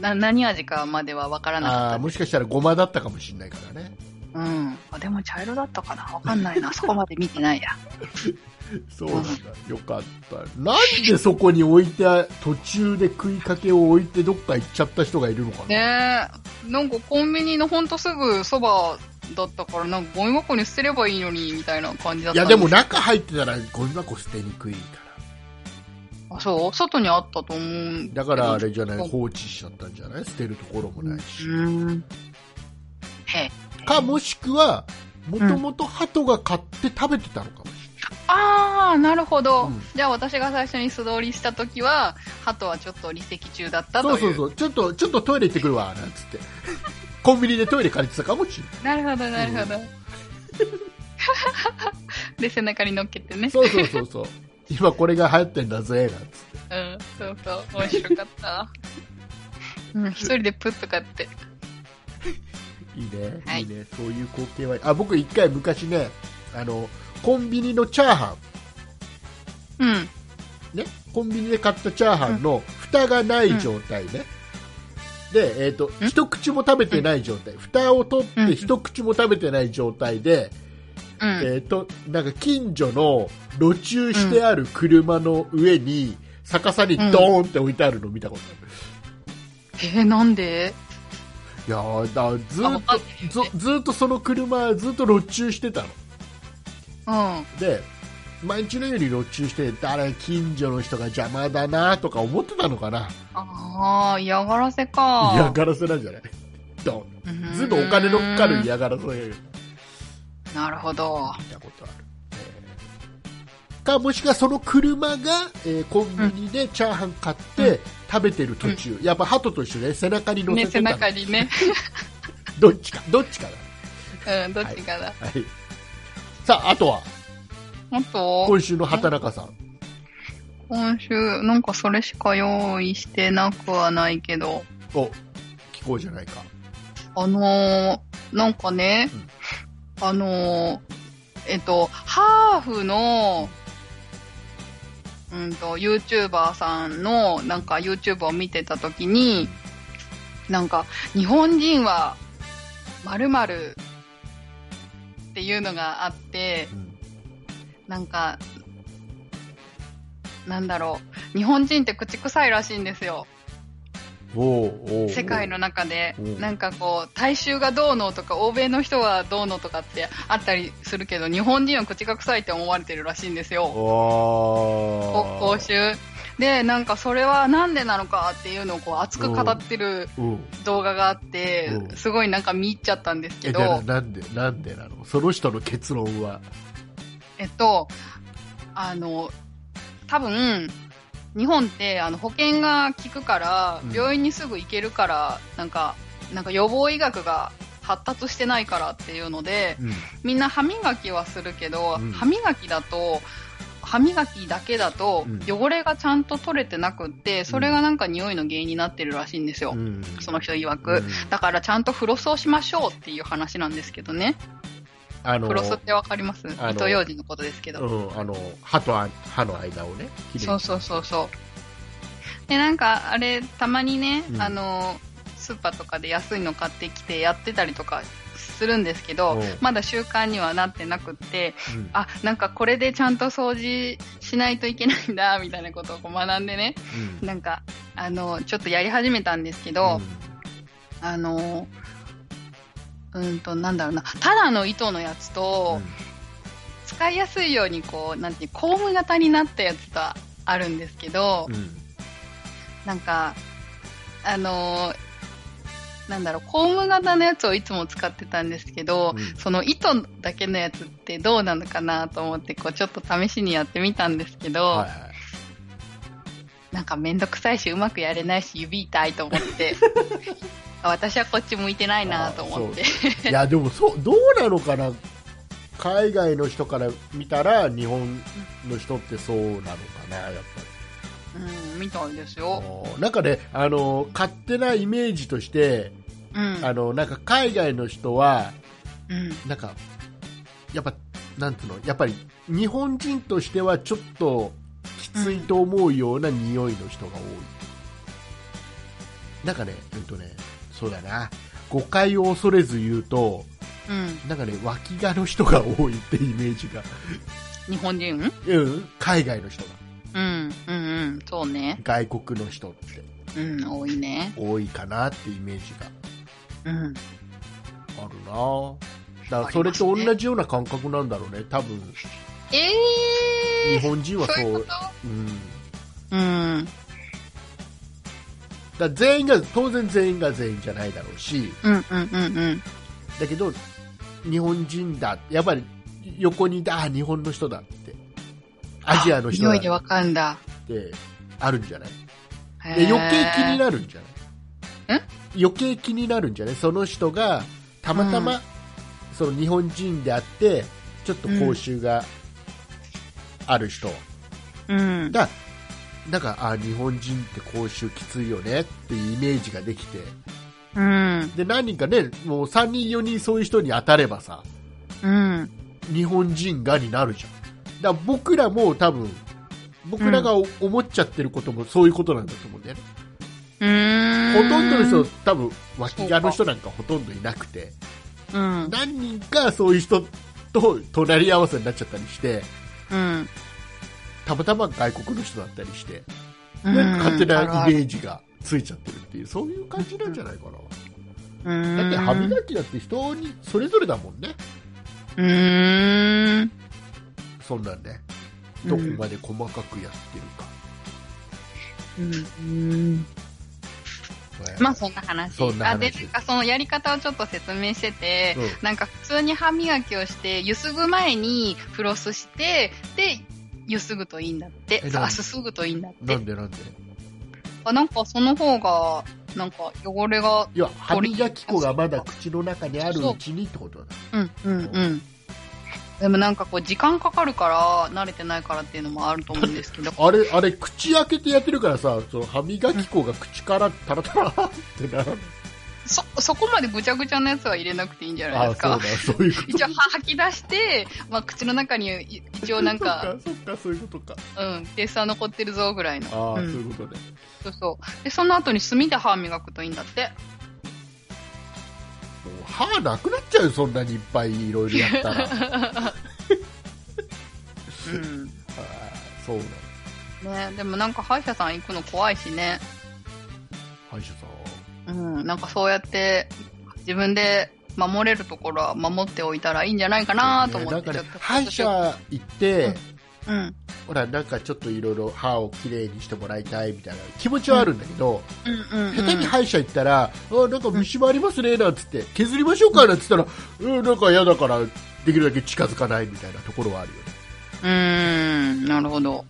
な、何味かまではわからなかっあたーもしかしたらごまだったかもしれないからねうん。あ、でも茶色だったかなわかんない [LAUGHS] な。そこまで見てないや。そうなんだよかったなんでそこに置いて途中で食いかけを置いてどっか行っちゃった人がいるのかな、ねえ。なんかコンビニのほんとすぐそばだったから、なんかゴミ箱に捨てればいいのに、みたいな感じだっいたやんですも中入ってたらゴミ箱捨てにくいかあ、そう外にあったと思う。らだからあれじゃない放置しちゃったんじゃない捨てるところもないし、うん。へえ。かもしくはもともと鳩が買って食べてたのかもしれないああ、なるほど。うんじゃあ私が最初に素通りした時は、鳩はちょっと離席中だったとい。そううそうそう、ちょっと、ちょっとトイレ行ってくるわ、なんつって。 [LAUGHS] コンビニでトイレ借りてたかもしれない。なるほど、なるほど。 [LAUGHS] で、背中に乗っけてね。 [LAUGHS] そうそうそうそう。今これが流行ってんだぜ、なんつって。うん、そうそう。面白かった。うん、 [LAUGHS] 一人でプッと買って。いいね、はいい、いね。そういう光景は。あ、僕一回昔ね、あの、コンビニのチャーハうん。ン、ね、コンビニで買ったチャーハンの蓋がない状態ね。で、えっ、と、一口も食べてない状態。蓋を取っうんて一口も食べてない状態で、うん。えー、となんか近所の路駐してある車の上に逆さにドーンって置いてあるの見たことある、えー、なんでいやーだずあ、わかんないーっとずずーっとその車ずーっと路駐してたのうん。で毎日のように路駐して誰近所の人が邪魔だなとか思ってたのかなああ、嫌がらせか。嫌がらせなんじゃないドンうんずっとお金のかかる嫌がらせ見なるほど。たことある、えーかもしくはその車が、えーコンビニでチャーハン買って、食べてる途中、やっぱ鳩と一緒で背中に乗せね、てた背の、中にね。どっちかどっちかうん、どっちかだ。だ、はい、さああとはもっと今週の畑中さん今週、なんかそれしか用意してなくはないけど、を聞こうじゃないかあのー、なんかね、うんあのー、えっと、ハーフの、うんと、YouTuber さんの、なんか YouTube を見てたときに、なんか、日本人は、〇〇っていうのがあって、うんなんか、なんだろう。日本人って口臭いらしいんですよ。おうおうおう世界の中でうん。なんかこう、大衆がどうのとか、欧米の人はどうのとかってあったりするけど、日本人は口が臭いって思われてるらしいんですよ。あ国交州。で、なんかそれはなんでなのかっていうのをこう熱く語ってるうん動画があってう、んすごいなんか見入っちゃったんですけえど。ななんでなんでなのその人の結論はえっと、あの、多分、日本ってあの保険が効くからうん、病院にすぐ行けるから、なんか、なんか予防医学が発達してないからっていうので、うんみんな歯磨きはするけど、うん歯磨きだと、歯磨きだけだとうん汚れがちゃんと取れてなくって、それがなんか匂いの原因になってるらしいんですよ。うんその人曰く。うんだからちゃんとフロスをしましょうっていう話なんですけどね。あのフロスってわかりますあの伊藤洋治のことですけど。うん、あの歯とあ歯の間をねきれいそうにそうそうそう。で、なんか、あれ、たまにね、うんあの、スーパーとかで安いの買ってきてやってたりとかするんですけどおう、まだ習慣にはなってなくって、うんあ、なんかこれでちゃんと掃除しないといけないんだ、 [LAUGHS] みたいなことをこう学んでね、うんなんか、あの、ちょっとやり始めたんですけうど、んあの、うんと、なんだろうな、ただの糸のやつと、使いやすいようにこう、なんていう、コーム型になったやつがあるんですけど、うんなんか、あのーなんだろう、コーム型のやつをいつも使ってたんですけど、うんその糸だけのやつってどうなのかなと思って、こう、ちょっと試しにやってみたんですけど、はいはいなんかめんどくさいし、うまくやれないし、指痛いと思 [LAUGHS] って、私はこっち向いてないなと思って。いやでもそうどうなのかな海外の人から見たら日本の人ってそうなのかなやっぱりうん、みたいですあよ。のなんかねあの勝手なイメージとしてうん。あのなんか海外の人はうん。なんかやっぱなんていうのやっぱり日本人としてはちょっときついと思うような匂いの人が多い、なんかねうんとねそうだな誤解を恐れず言うとうん。なんかね脇がの人が多いってイメージが日本人うん、海外の人がうん。うんうん。そうね。外国の人ってうん、多いね。多いかなってイメージがうん。あるなだからそれと同じような感覚なんだろうね多分え日えー本人はそそうういうことうん、だうん。から全員が当然全員が全員じゃないだろうしうんうんうんうん。だけど日本人だやっぱり横にいてあ日本の人だってアジアの人匂いでだわかるんだ。ってあるんじゃないへでー余計気になるんじゃないん余計気になるんじゃないその人がたまたま、うその日本人であってちょっと口臭がある人、うん。だだからあ日本人って口臭きついよねっていうイメージができてうん。で何人かねもう3人4人そういう人に当たればさうん。日本人がになるじゃんだから僕らも多分僕らがお思っちゃってることもそういうことなんだと思うんだよねうーほん。とんどの人、多分脇側の人なんかほとんどいなくて、うん。何人かそういう人と隣り合わせになっちゃったりして、うん。たまたま外国の人だったりして、うん。なんか勝手あるなあイるメージがついちゃってるっていう、そういう感じなんじゃないかうな。ーだっん。て歯磨きだって人にそれぞれだもんね、うーん。そんなんね。うんどこまで細かくやってるか。うん。ねまあそんな話。そんな話あで、なんかそのやり方をちょっと説明してて、うんなんか普通に歯磨きをして、ゆすぐ前にフロスして、で、ゆすぐといいんだってえ。なんあ、すすぐといいんだっなてん。でなんであなんかその方が、なんか汚れが、いや、歯磨き粉がまだ口の中にあるうちにってことだ。うん、うん、うん。でもなんかこう時間かかるから、慣れてないからっていうのもあると思うんですけど。あれ、あれ、口開けてやってるからさ、その歯磨き粉が口からタラタラってならない。そ、そこまでぐちゃぐちゃなやつは入れなくていいんじゃないですそか。うだ、そういうこ一応歯吐き出して、まあ口の中にい一応と。なんか、そっか、そっか、そういうことか。うん、ペースは残ってるぞぐらいの。あうあ、んそういうことね。そうそう。で、その後に炭で歯磨くといいんだって。もう歯なくなっちゃうよ、そんなにいっぱいいろいろやっ [LAUGHS] たら。あうん。あ、そうだ。ね、でもなんか歯医者さん行くの怖いしね。歯医者さん。うん、なんかそうやって自分で守れるところは守っておいたらいいんじゃないかなと思って、ちねなょっんかねと。歯医者行って、うんうん。ほら、なんかちょっといろいろ歯をきれいにしてもらいたいみたいな気持ちはあるんだけど、うんうん、うん。下手に歯医者行ったら、あなんか虫歯ありますね、なんつって、削りましょうか、なんつったら、うん、なんか嫌だから、できるだけ近づかないみたいなところはあるよね。うーん、なるほど。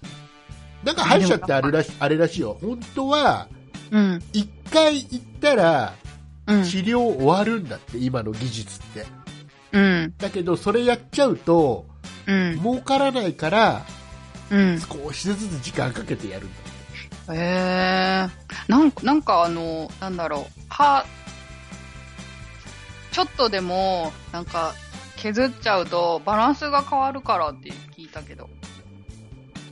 なんか歯医者ってあるらしあれらしいよ。本当は、うん。一回行ったら、うん。治療終わるんだって、今の技術って。うん。だけど、それやっちゃうと、うん。儲からないから、うん。少しずつ時間かけてやるんだ。えー、なんかなんかあの、なんだろう、歯、ちょっとでも、なんか、削っちゃうとバランスが変わるからって聞いたけど。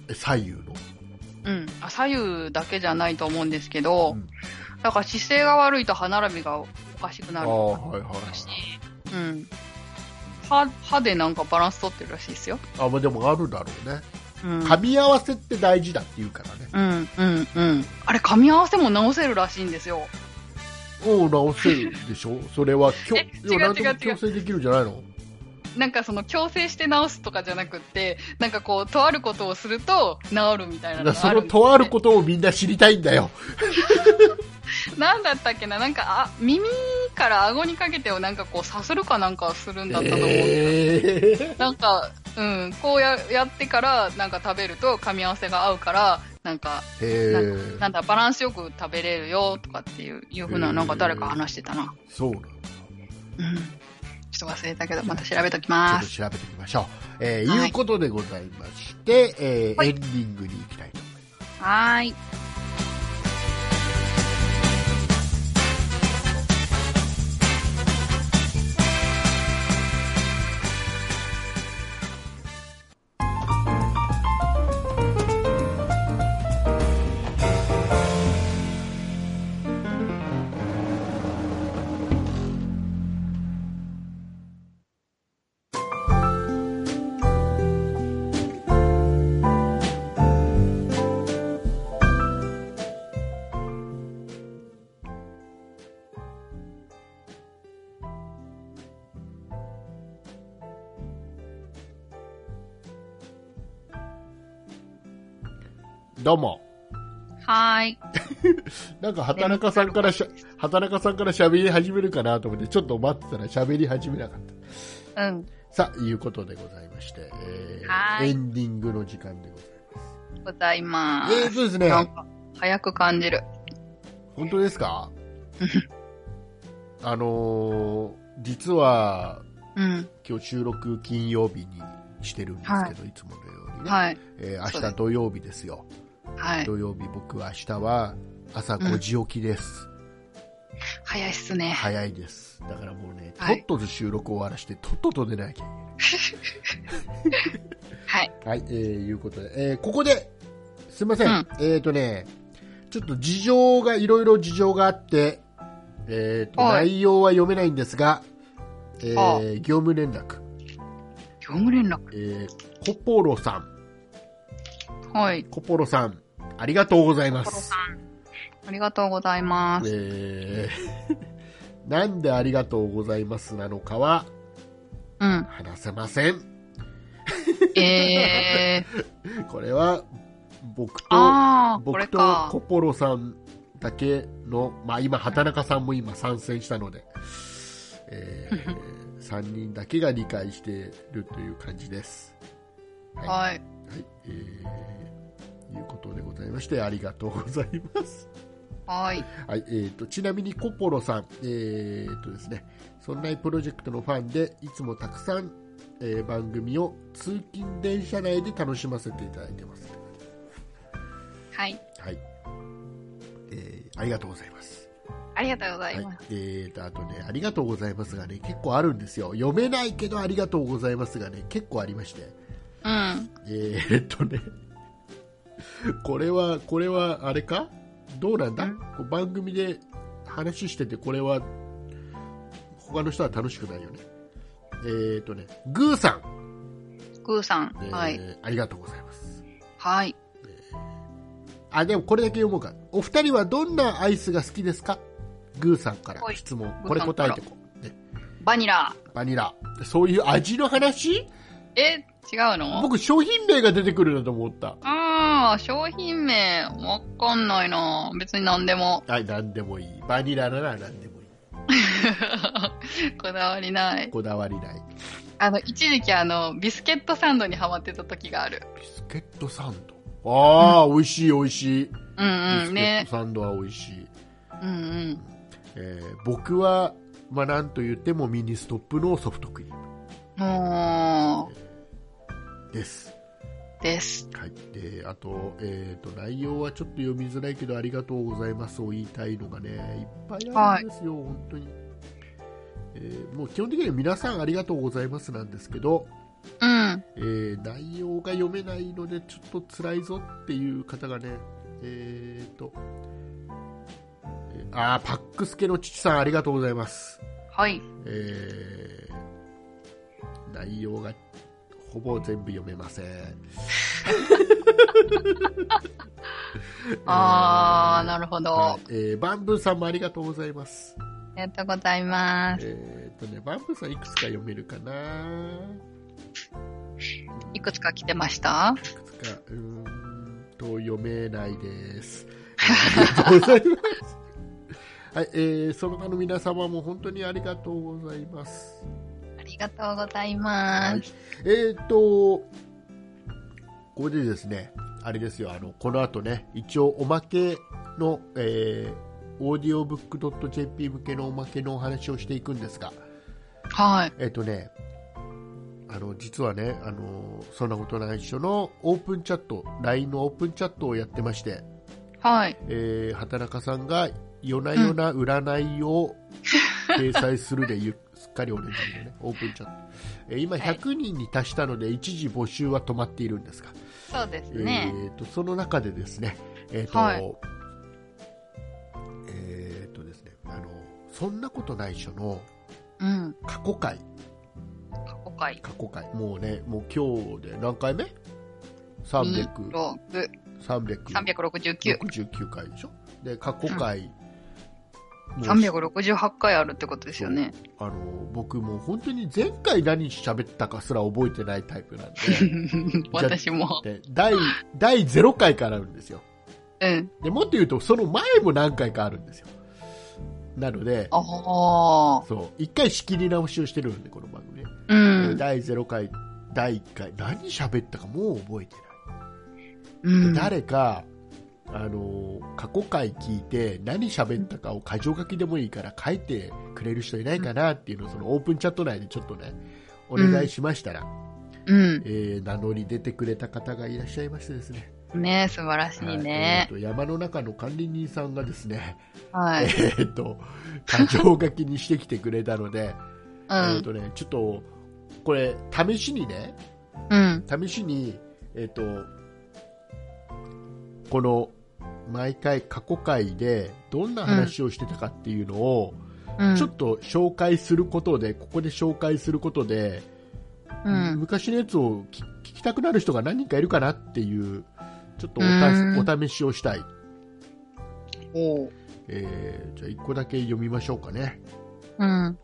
え左右の。うん。あ左右だけじゃないと思うんですけど、うんだから姿勢が悪いと歯並びがおかしくなあるあ、はいはいはい。し、うん。歯、歯でなんかバランス取ってるらしいですよ。あ、まあでもあるだろうね。うん。噛み合わせって大事だって言うからね。うん、うん、うん。あれ、噛み合わせも直せるらしいんですよ。おう直せるでしょそれはきょえいや違うなんでも違う違う強制できるんじゃないのなんかその矯正して直すとかじゃなくって、なんかこう、とあることをすると治るみたいなのだからがあそるんでのすねとあることをみんな知りたいんだよ。なんだったっけな、なんか、あ、耳から顎にかけてをなんかこう、さするかなんかするんだったと思う。えーなんか、うん、こうややってから、なんか食べると噛み合わせが合うから、なんか、へなんーなんだ、バランスよく食べれるよ、とかっていう、いうふうな、なんか誰か話してたな。そうなの。うん。ちょっと忘れたけど、また調べときちょまっとす。調べてみましょう。えーはいいうことでございまして、えーはいエンディングに行きたいと思います。はーい。どうも。はーい。なんか畑中さんからしゃ、畑中さんから喋り始めるかなと思って、ちょっと待ってたら喋り始めなかった。うん。さあ、いうことでございまして、えーはいエンディングの時間でございございまます。えー、す。そうですなんね。か、早く感じる。本当で [LAUGHS] すかあのー実は、うん。今日収録金曜日にしてるんですけど、い、つものようにね。はい。えーそうで明日す土曜日ですよ。はい。土曜日、僕は明日は朝5時起きです。早いっすね。早いです。だからもうね、はいとっとと収録終わらして、とっとと出なきゃいはい。けない。はい、えー、いうことで、えー、ここで、すいません。うんえっ、ー、とね、ちょっと事情が、いろいろ事情があって、えー、と、はい内容は読めないんですが、えあー、業務連絡、業務連絡。えー、コポロさん、はい。コポロさん、ありがとうございまコロすさ。ん。ありがとうございます。えー、 [LAUGHS] なんでありがとうございますなのかはうん。話せません。えー。これは [LAUGHS] 僕とあー、これ僕とか。コポロさんだけの、まあ、今、畑中さんも今参戦したので、え3 [LAUGHS] 人だけが理解しているという感じです。はいははい。いえーいうことでございまして、ありがとうございます。 [LAUGHS] はい。はい、えー、とちなみにコポロさん、えーとですね、そんなプロジェクトのファンで、いつもたくさん、えー番組を通勤電車内で楽しませていただいてます。はい。はい。えーありがとうございます。ありがとうござはいいます。。えーと、あとね、ありがとうございますがね、結構あるんですよ。読めないけどありがとうございますがね、結構ありまして。うん。えーとね、これは、これは、あれかどうなんだうんこう番組で話してて、これは、他の人は楽しくないよね。えーとね、グーさん、グーさん。えーはい。ありがとうございます。はい。あ、でもこれだけ読もうか。お二人はどんなアイスが好きですかグーさんからはい質問。グーこれさん答えてこう。ね、バニラ。バニラ。そういう味の話え、違うの僕商品名が出てくるなと思った。あー、商品名、わかんないな別に何でも。 [LAUGHS] はい、なんでもいい。バニラならなんでもいい。こだわりない。こだわりない。あの、一時期あの、ビスケットサンドにハマってた時がある。ビスケットサンド。ああ、美味しい美味しうい。んうん、ビスケッねト。サンドは美味しい。うんうん。えー僕は、まあ、なんと言ってもミニストップのソフトクリームもです。う、です。はい、であと,、えー、と、内容はちょっと読みづらいけど、ありがとうございますを言いたいのがね、いっぱいあるんですよ、本当に、えーもう基本的には皆さんありがとうございますなんですけど、うん。えー内容が読めないのでちょっと辛いぞっていう方がね、えーとえーあーパックスケの父さんありがとうございます、はい。えー内容がほぼ全部読めませんあー、えなるほど。はあいえーバンブーさんもありがとうございますりがとうございます。えーっとねバンブーさんいくつか読めるかないくつか来てましたいくつかうーんと読めないです。ありがとうございます。 [LAUGHS] はい、えー、その他の皆様も本当にありがとうございます。ありがとうございます。はい、えーっと、これでですね、あれですよ、あの、この後ね、一応おまけの、えー、オーディオブックドット JP 向けのおまけのお話をしていくんですが、はい。えっとね、あの実はね、あのそんなことないっしょのオープンチャット、LINE のオープンチャットをやってまして、はい。えー畑中さんが夜な夜な占いを掲載するで、ゆすっかりお願いのね、オープンチャット。えー今はい100人に達したので、一時募集は止まっているんですが、そうですね。えー、とその中でですね、えーとはいえーとですねあの、そんなことないっしょのうん。過去回、過去回。過去回もうねもう今日で何回目300 6、 369 369。回でしょで過去回、もう368回あるってことですよね。あの僕もう本当に前回何喋ったかすら覚えてないタイプなん [LAUGHS] 私も。 [LAUGHS] でで第第0回からあるんですようん。でもっと言うとその前も何回かあるんですよなのであそう1回仕切り直しをしてるんでこの番組ね、あ。うん。第0回第1回何喋ったかもう覚えてないうん、誰か、あの過去回聞いて何喋ったかを箇条書きでもいいから書いてくれる人いないかなっていうのをそのオープンチャット内でちょっとねお願いしましたら、うん。えー名乗り出てくれた方がいらっしゃいましてですねね素晴らしいはいえーね。と山の中の管理人さんがですね、 [LAUGHS] はい。えー、と箇条書きにしてきてくれたので、うえーん。とね、ちょっとこれ試しにねうん。試しに、えっとこの毎回過去回でどんな話をしてたかっていうのを、うん。ちょっと紹介することでここで紹介することで、うん。昔のやつを聞聞きたくなる人が何人かいるかなっていうちょっとおうたお試しをしたい、おう。えーじゃあ1個だけ読みましょうかね、うん。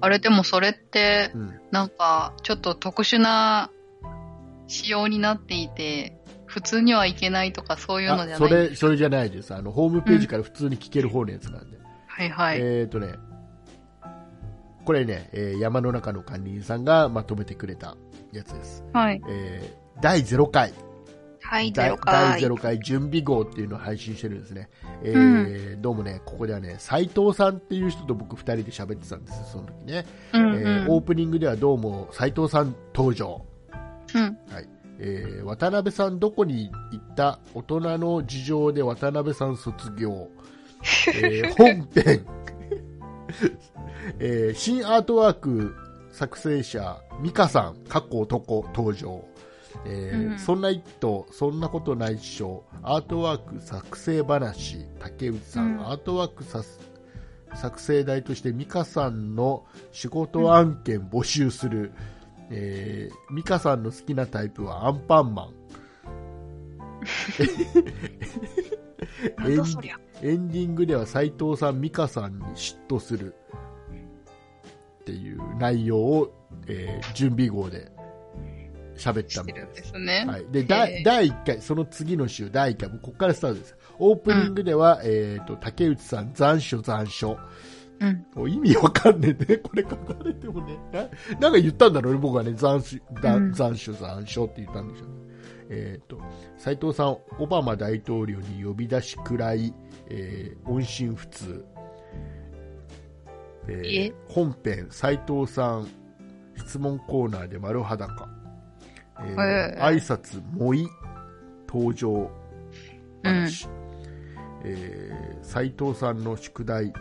あれ、でもそれって、うん、なんか、ちょっと特殊な仕様になっていて、普通にはいけないとかそういうのじあゃそない。れそれじゃないですあのホームページから普通に聞ける方のやつなんで、はいはい。えー、とね、これね、えー山の中の管理人さんがまとめてくれたやつです。はい。えー第0回はい、第ゼロ回。 0回準備号っていうのを配信してるんですね。えーどうもね、ここではね、斉藤さんっていう人と僕2人で喋ってたんですよ、その時ね。うんえうーん。オープニングではどうも斉藤さん登場。うん。えー渡辺さんどこに行った大人の事情で渡辺さん卒 [LAUGHS] 業、えー本編、 [LAUGHS] えー新アートワーク作成者美香さん過去男登場、えーうんそんな一頭そんなことないっしょアートワーク作成話竹内さん、うんアートワークさす作成代として美香さんの仕事案件募集する、えー、美香さんの好きなタイプはアンパンマンなんだそりゃ。エンディングでは斉藤さん、美香さんに嫉妬するっていう内容を、えー準備号で喋ったしてみたいるんで。ですすね。はい、で第へー第1回、その次の週、第1回、もうここからスタートです。オープニングでは、えー、と竹内さん、残暑、残暑。うん。もう意味わかんねえ [LAUGHS] ね、これ書かれてもね。ななんか言ったんだろうね、僕はね、残暑、だうん残暑、残暑って言ったんでしょうね。えー、と斉藤さん、オバマ大統領に呼び出しくらい、えー音信不通、えーえ本編、斉藤さん質問コーナーで丸裸、えーえー挨拶、もい登場話、えー斉藤さんの宿題、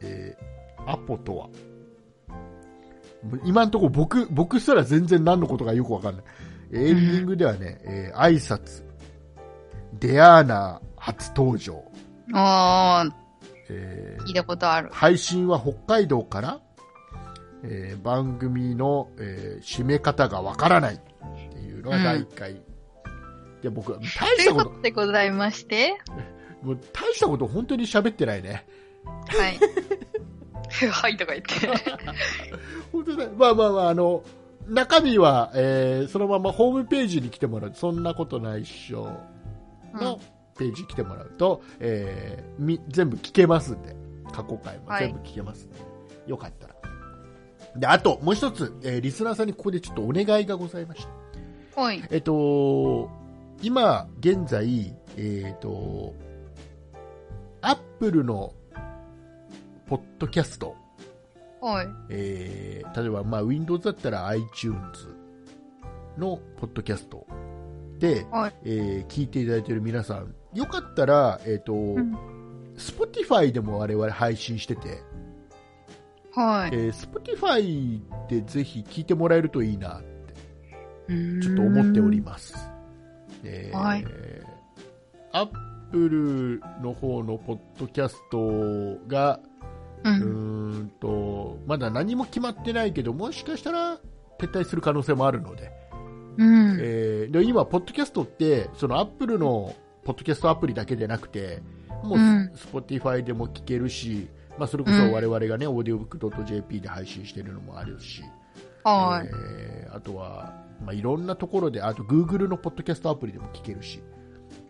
えーアポとはもう今のところ僕、僕すら全然何のことかよくわかんない。エンディングではね、えー挨拶、デアーナ初登場、おー、えー聞いたことある。配信は北海道から、えー番組の、えー締め方がわからないっていうのが第1回。いや、僕、大としいたうこことと、でございまして、もう大したこと本当に喋ってないね。はい。 [LAUGHS] はいとか言って。本当だ。まあまあまあ、あの、中身は、えーそのままホームページに来てもらう。そんなことないっしょ。のページ来てもらうと、えーみ全部聞けますんで過去回もはい全部聞けますんで、よかったらであともう一つ、えーリスナーさんにここでちょっとお願いがございましたほい。えっと今現在えっとアップルのポッドキャスト、ほい。えー例えば、まあ、Windows だったら iTunes のポッドキャストで、はいえー聞いていただいている皆さん、よかったら、えっ、と、ん Spotify でも我々配信してて、はえー Spotify でぜひ聞いてもらえるといいな、い。ちょっと思っております。えーはいアップルの方のポッドキャストが、す。う。うんーんとまだ何も決まってないけどもしかしたら撤退する可能性もあるので,、うん。えーで今、ポッドキャストってそのアップルのポッドキャストアプリだけでなくてもううス,、ん Spotify でも聞けるし、まあ、それこそうん我々がね、オーディオブックドット .jp で配信してるのもあるし、はい。えーあとは、まあ、いろんなところであと Google のポッドキャストアプリでも聞けるし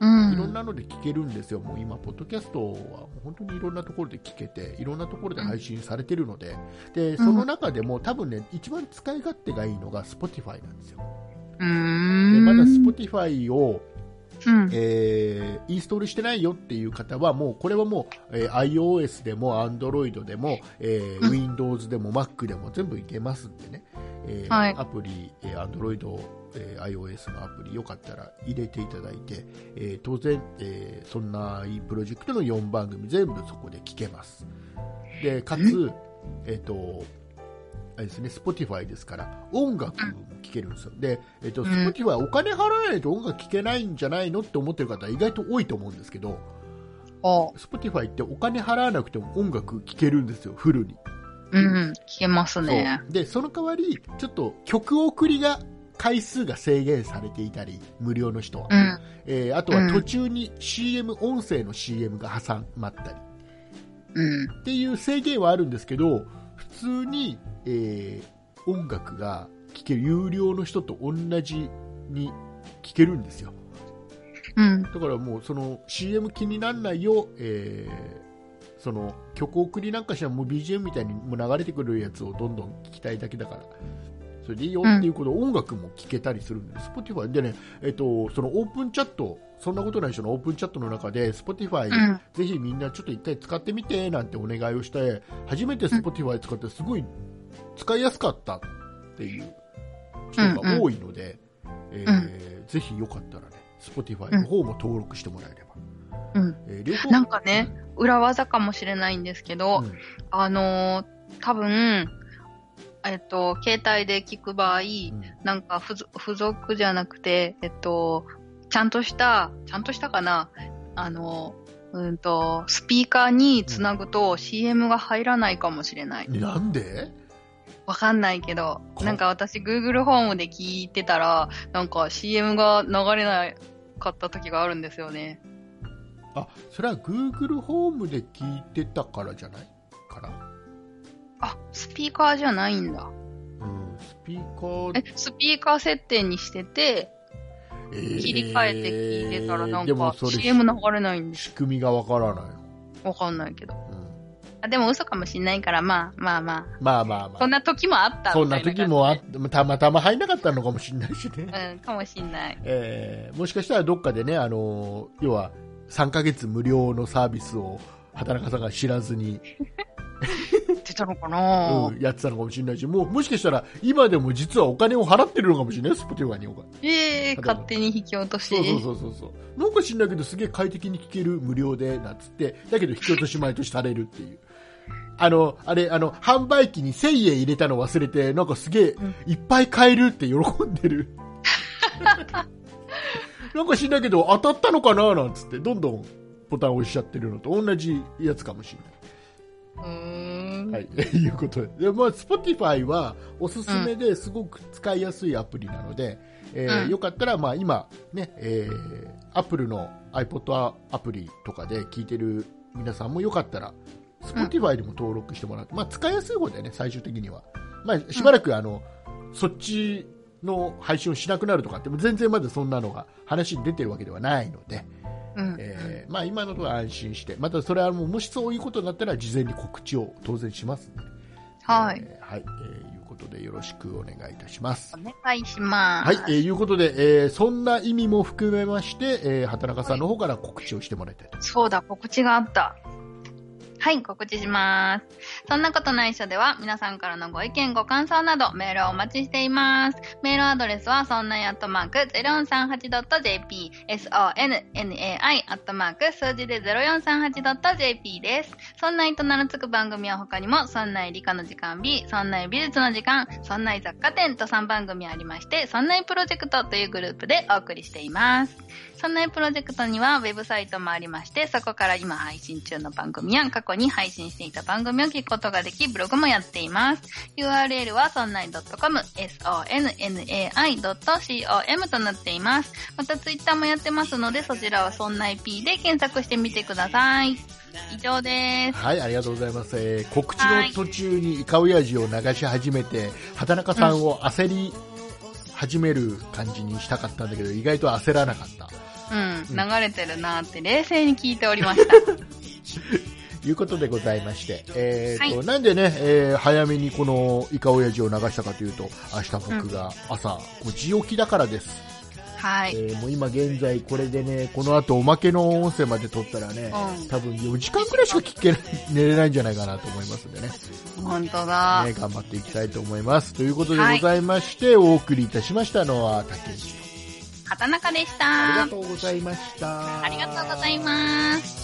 うん。いろんなので聞けるんですよ、もう今、ポッドキャストはもう本当にいろんなところで聞けて、いろんなところで配信されてるので、でその中でも多分ね、一番使い勝手がいいのが Spotify なんですよ。うでん。まだ Spotify を、うん。えーインストールしてないよっていう方は、もうこれはもう、えー iOS でも Android でも、えーうん Windows でも Mac でも全部いけますんでね、えーはいアプリ、えー Android、えー iOS のアプリよかったら入れていただいて、えー当然、えーそんないいプロジェクトの4番組全部そこで聞けます。で、かつ、えっ、と、あれですね、Spotify ですから、音楽も聴けるんですよ。で、えっと、うん Spotify お金払わないと音楽聴けないんじゃないのって思ってる方意外と多いと思うんですけど、お Spotify ってお金払わなくても音楽聴けるんですよ、フルに。うん。聞けますね。そうで、その代わり、ちょっと曲送りが、回数が制限されていたり、無料の人は。うん。えーあとは途中に CM、音声の CM が挟まったり。うん。っていう制限はあるんですけど普通に、えー音楽が聴ける有料の人と同じに聴けるんですようん。だからもうその CM 気にならないよ、えーその曲送りなんかしたらもう BGM みたいにもう流れてくるやつをどんどん聴きたいだけだからそれでいいよっていうこと、音楽も聴けたりするんで Spotify でね、えっとそのオープンチャットそんなことない人のオープンチャットの中で Spotify、うん。ぜひみんなちょっと一回使ってみてなんてお願いをして初めて Spotify 使ってすごい使いやすかったっていう人が多いので、えーぜひよかったらね Spotify の方も登録してもらえれば、うん。えー両方なんかね、裏技かもしれないんですけど、うんあのー多分、えっと、携帯で聞く場合、うんなんか付属、付属じゃなくて、えっと、ちゃんとした、ちゃんとしたかな、あのー、うんと、スピーカーにつなぐと CM が入らないかもしれない。なんでわかんないけど、こなんか私 Google ホームで聞いてたら、なんか CM が流れなかった時があるんですよね。あそれは Google ホームで聞いてたからじゃないかな、あ、スピーカーじゃないんだ。うん、スピーカーえ、スピーカー設定にしてて、えー切り替えて聞いてたらなんでもかそれ CM 流れないんです。仕組みがわからないのわかんないけど。うんあでも嘘かもしんないから、まあまあままあまああ。まそんあ。な時もあったそみんたなない感じ時もあっまあたまたま入んなかったのかもしれないしね。 [LAUGHS] うん、かもしんない。えーもしかしたらどっかでね、あのー要は3ヶ月無料のサービスを働かさんが知らずに、出たのかな、うんやってたのかもしれないし、もうもしかしたら今でも実はお金を払ってるのかもしれないよ、スポティファイにお金。ええ勝手に引き落とし。そうそうそうそうそう。なんか知んないけどすげえ快適に聞ける無料でなっつって、だけど引き落とし毎年されるっていう。あの、あれ、あの、販売機に1000円入れたの忘れて、なんかすげえうん、いっぱい買えるって喜ん [LAUGHS] でる。なんか知んないけど当たったのかななんつって、どんどんボタンを押しちゃってるのと同じやつかもしれなうい。ーん。はい、いう [LAUGHS] ことで、でまあ、Spotify はおすすめですごく使いやすいアプリなので、えーうんよかったら、まあ、今、ねえー、Apple の iPod アプリとかで聞いてる皆さんもよかったら Spotify でも登録してもらって、まあ、使いやすい方だよね、最終的には。まあ、しばらくあの、そっちの配信をしなくなるとかって全然まだそんなのが話に出てるわけではないので、うん。えーまあ、今のところは安心してまたそれはもうもしそういうことになったら事前に告知を当然しますのではい。えーはい、えーいうことでよろしくお願いいたします。お願いしまはいす。、えーいうことで、えーそんな意味も含めまして、えー畑中さんの方から告知をしてもらいたいと。そうだ、告知があった。はい、告知します。そんなことないっしょでは、皆さんからのご意見、ご感想など、メールをお待ちしています。メールアドレスは、そんないアットマーク 0438.jp、sonnai アットマーク数字で 0438.jp です。そんないと名の付く番組は他にも、そんない理科の時間 B、そんない美術の時間、そんない雑貨店と3番組ありまして、そんないプロジェクトというグループでお送りしています。そんなプロジェクトにはウェブサイトもありまして、そこから今配信中の番組や過去に配信していた番組を聞くことができ、ブログもやっています。URL はそんない .com、sonnai.com となっています。またツイッターもやってますので、そちらはそんない P で検索してみてください。以上です。はい、ありがとうございます。えー告知の途中にイカオヤジを流し始めて、畑中さんを焦り始める感じにしたかったんだけど、意外と焦らなかった。うん、うん流れてるなーって冷静に聞いておりました。ということでございまして、えーとはなんでね、えー早めにこのイカオヤジを流したかというと、明日僕が朝5時起きだからです。 [LAUGHS] はい。えーもう今現在これでね、この後おまけの音声まで撮ったらね、うん多分4時間くらいしか聞けない、 [LAUGHS] 寝れないんじゃないかなと思いますんでね、ね本当だ。頑張っていきたいと思います。ということでございまして、お送りいたしましたのは、竹内。畑中でしあたりが。とうございました。ありがとうございます。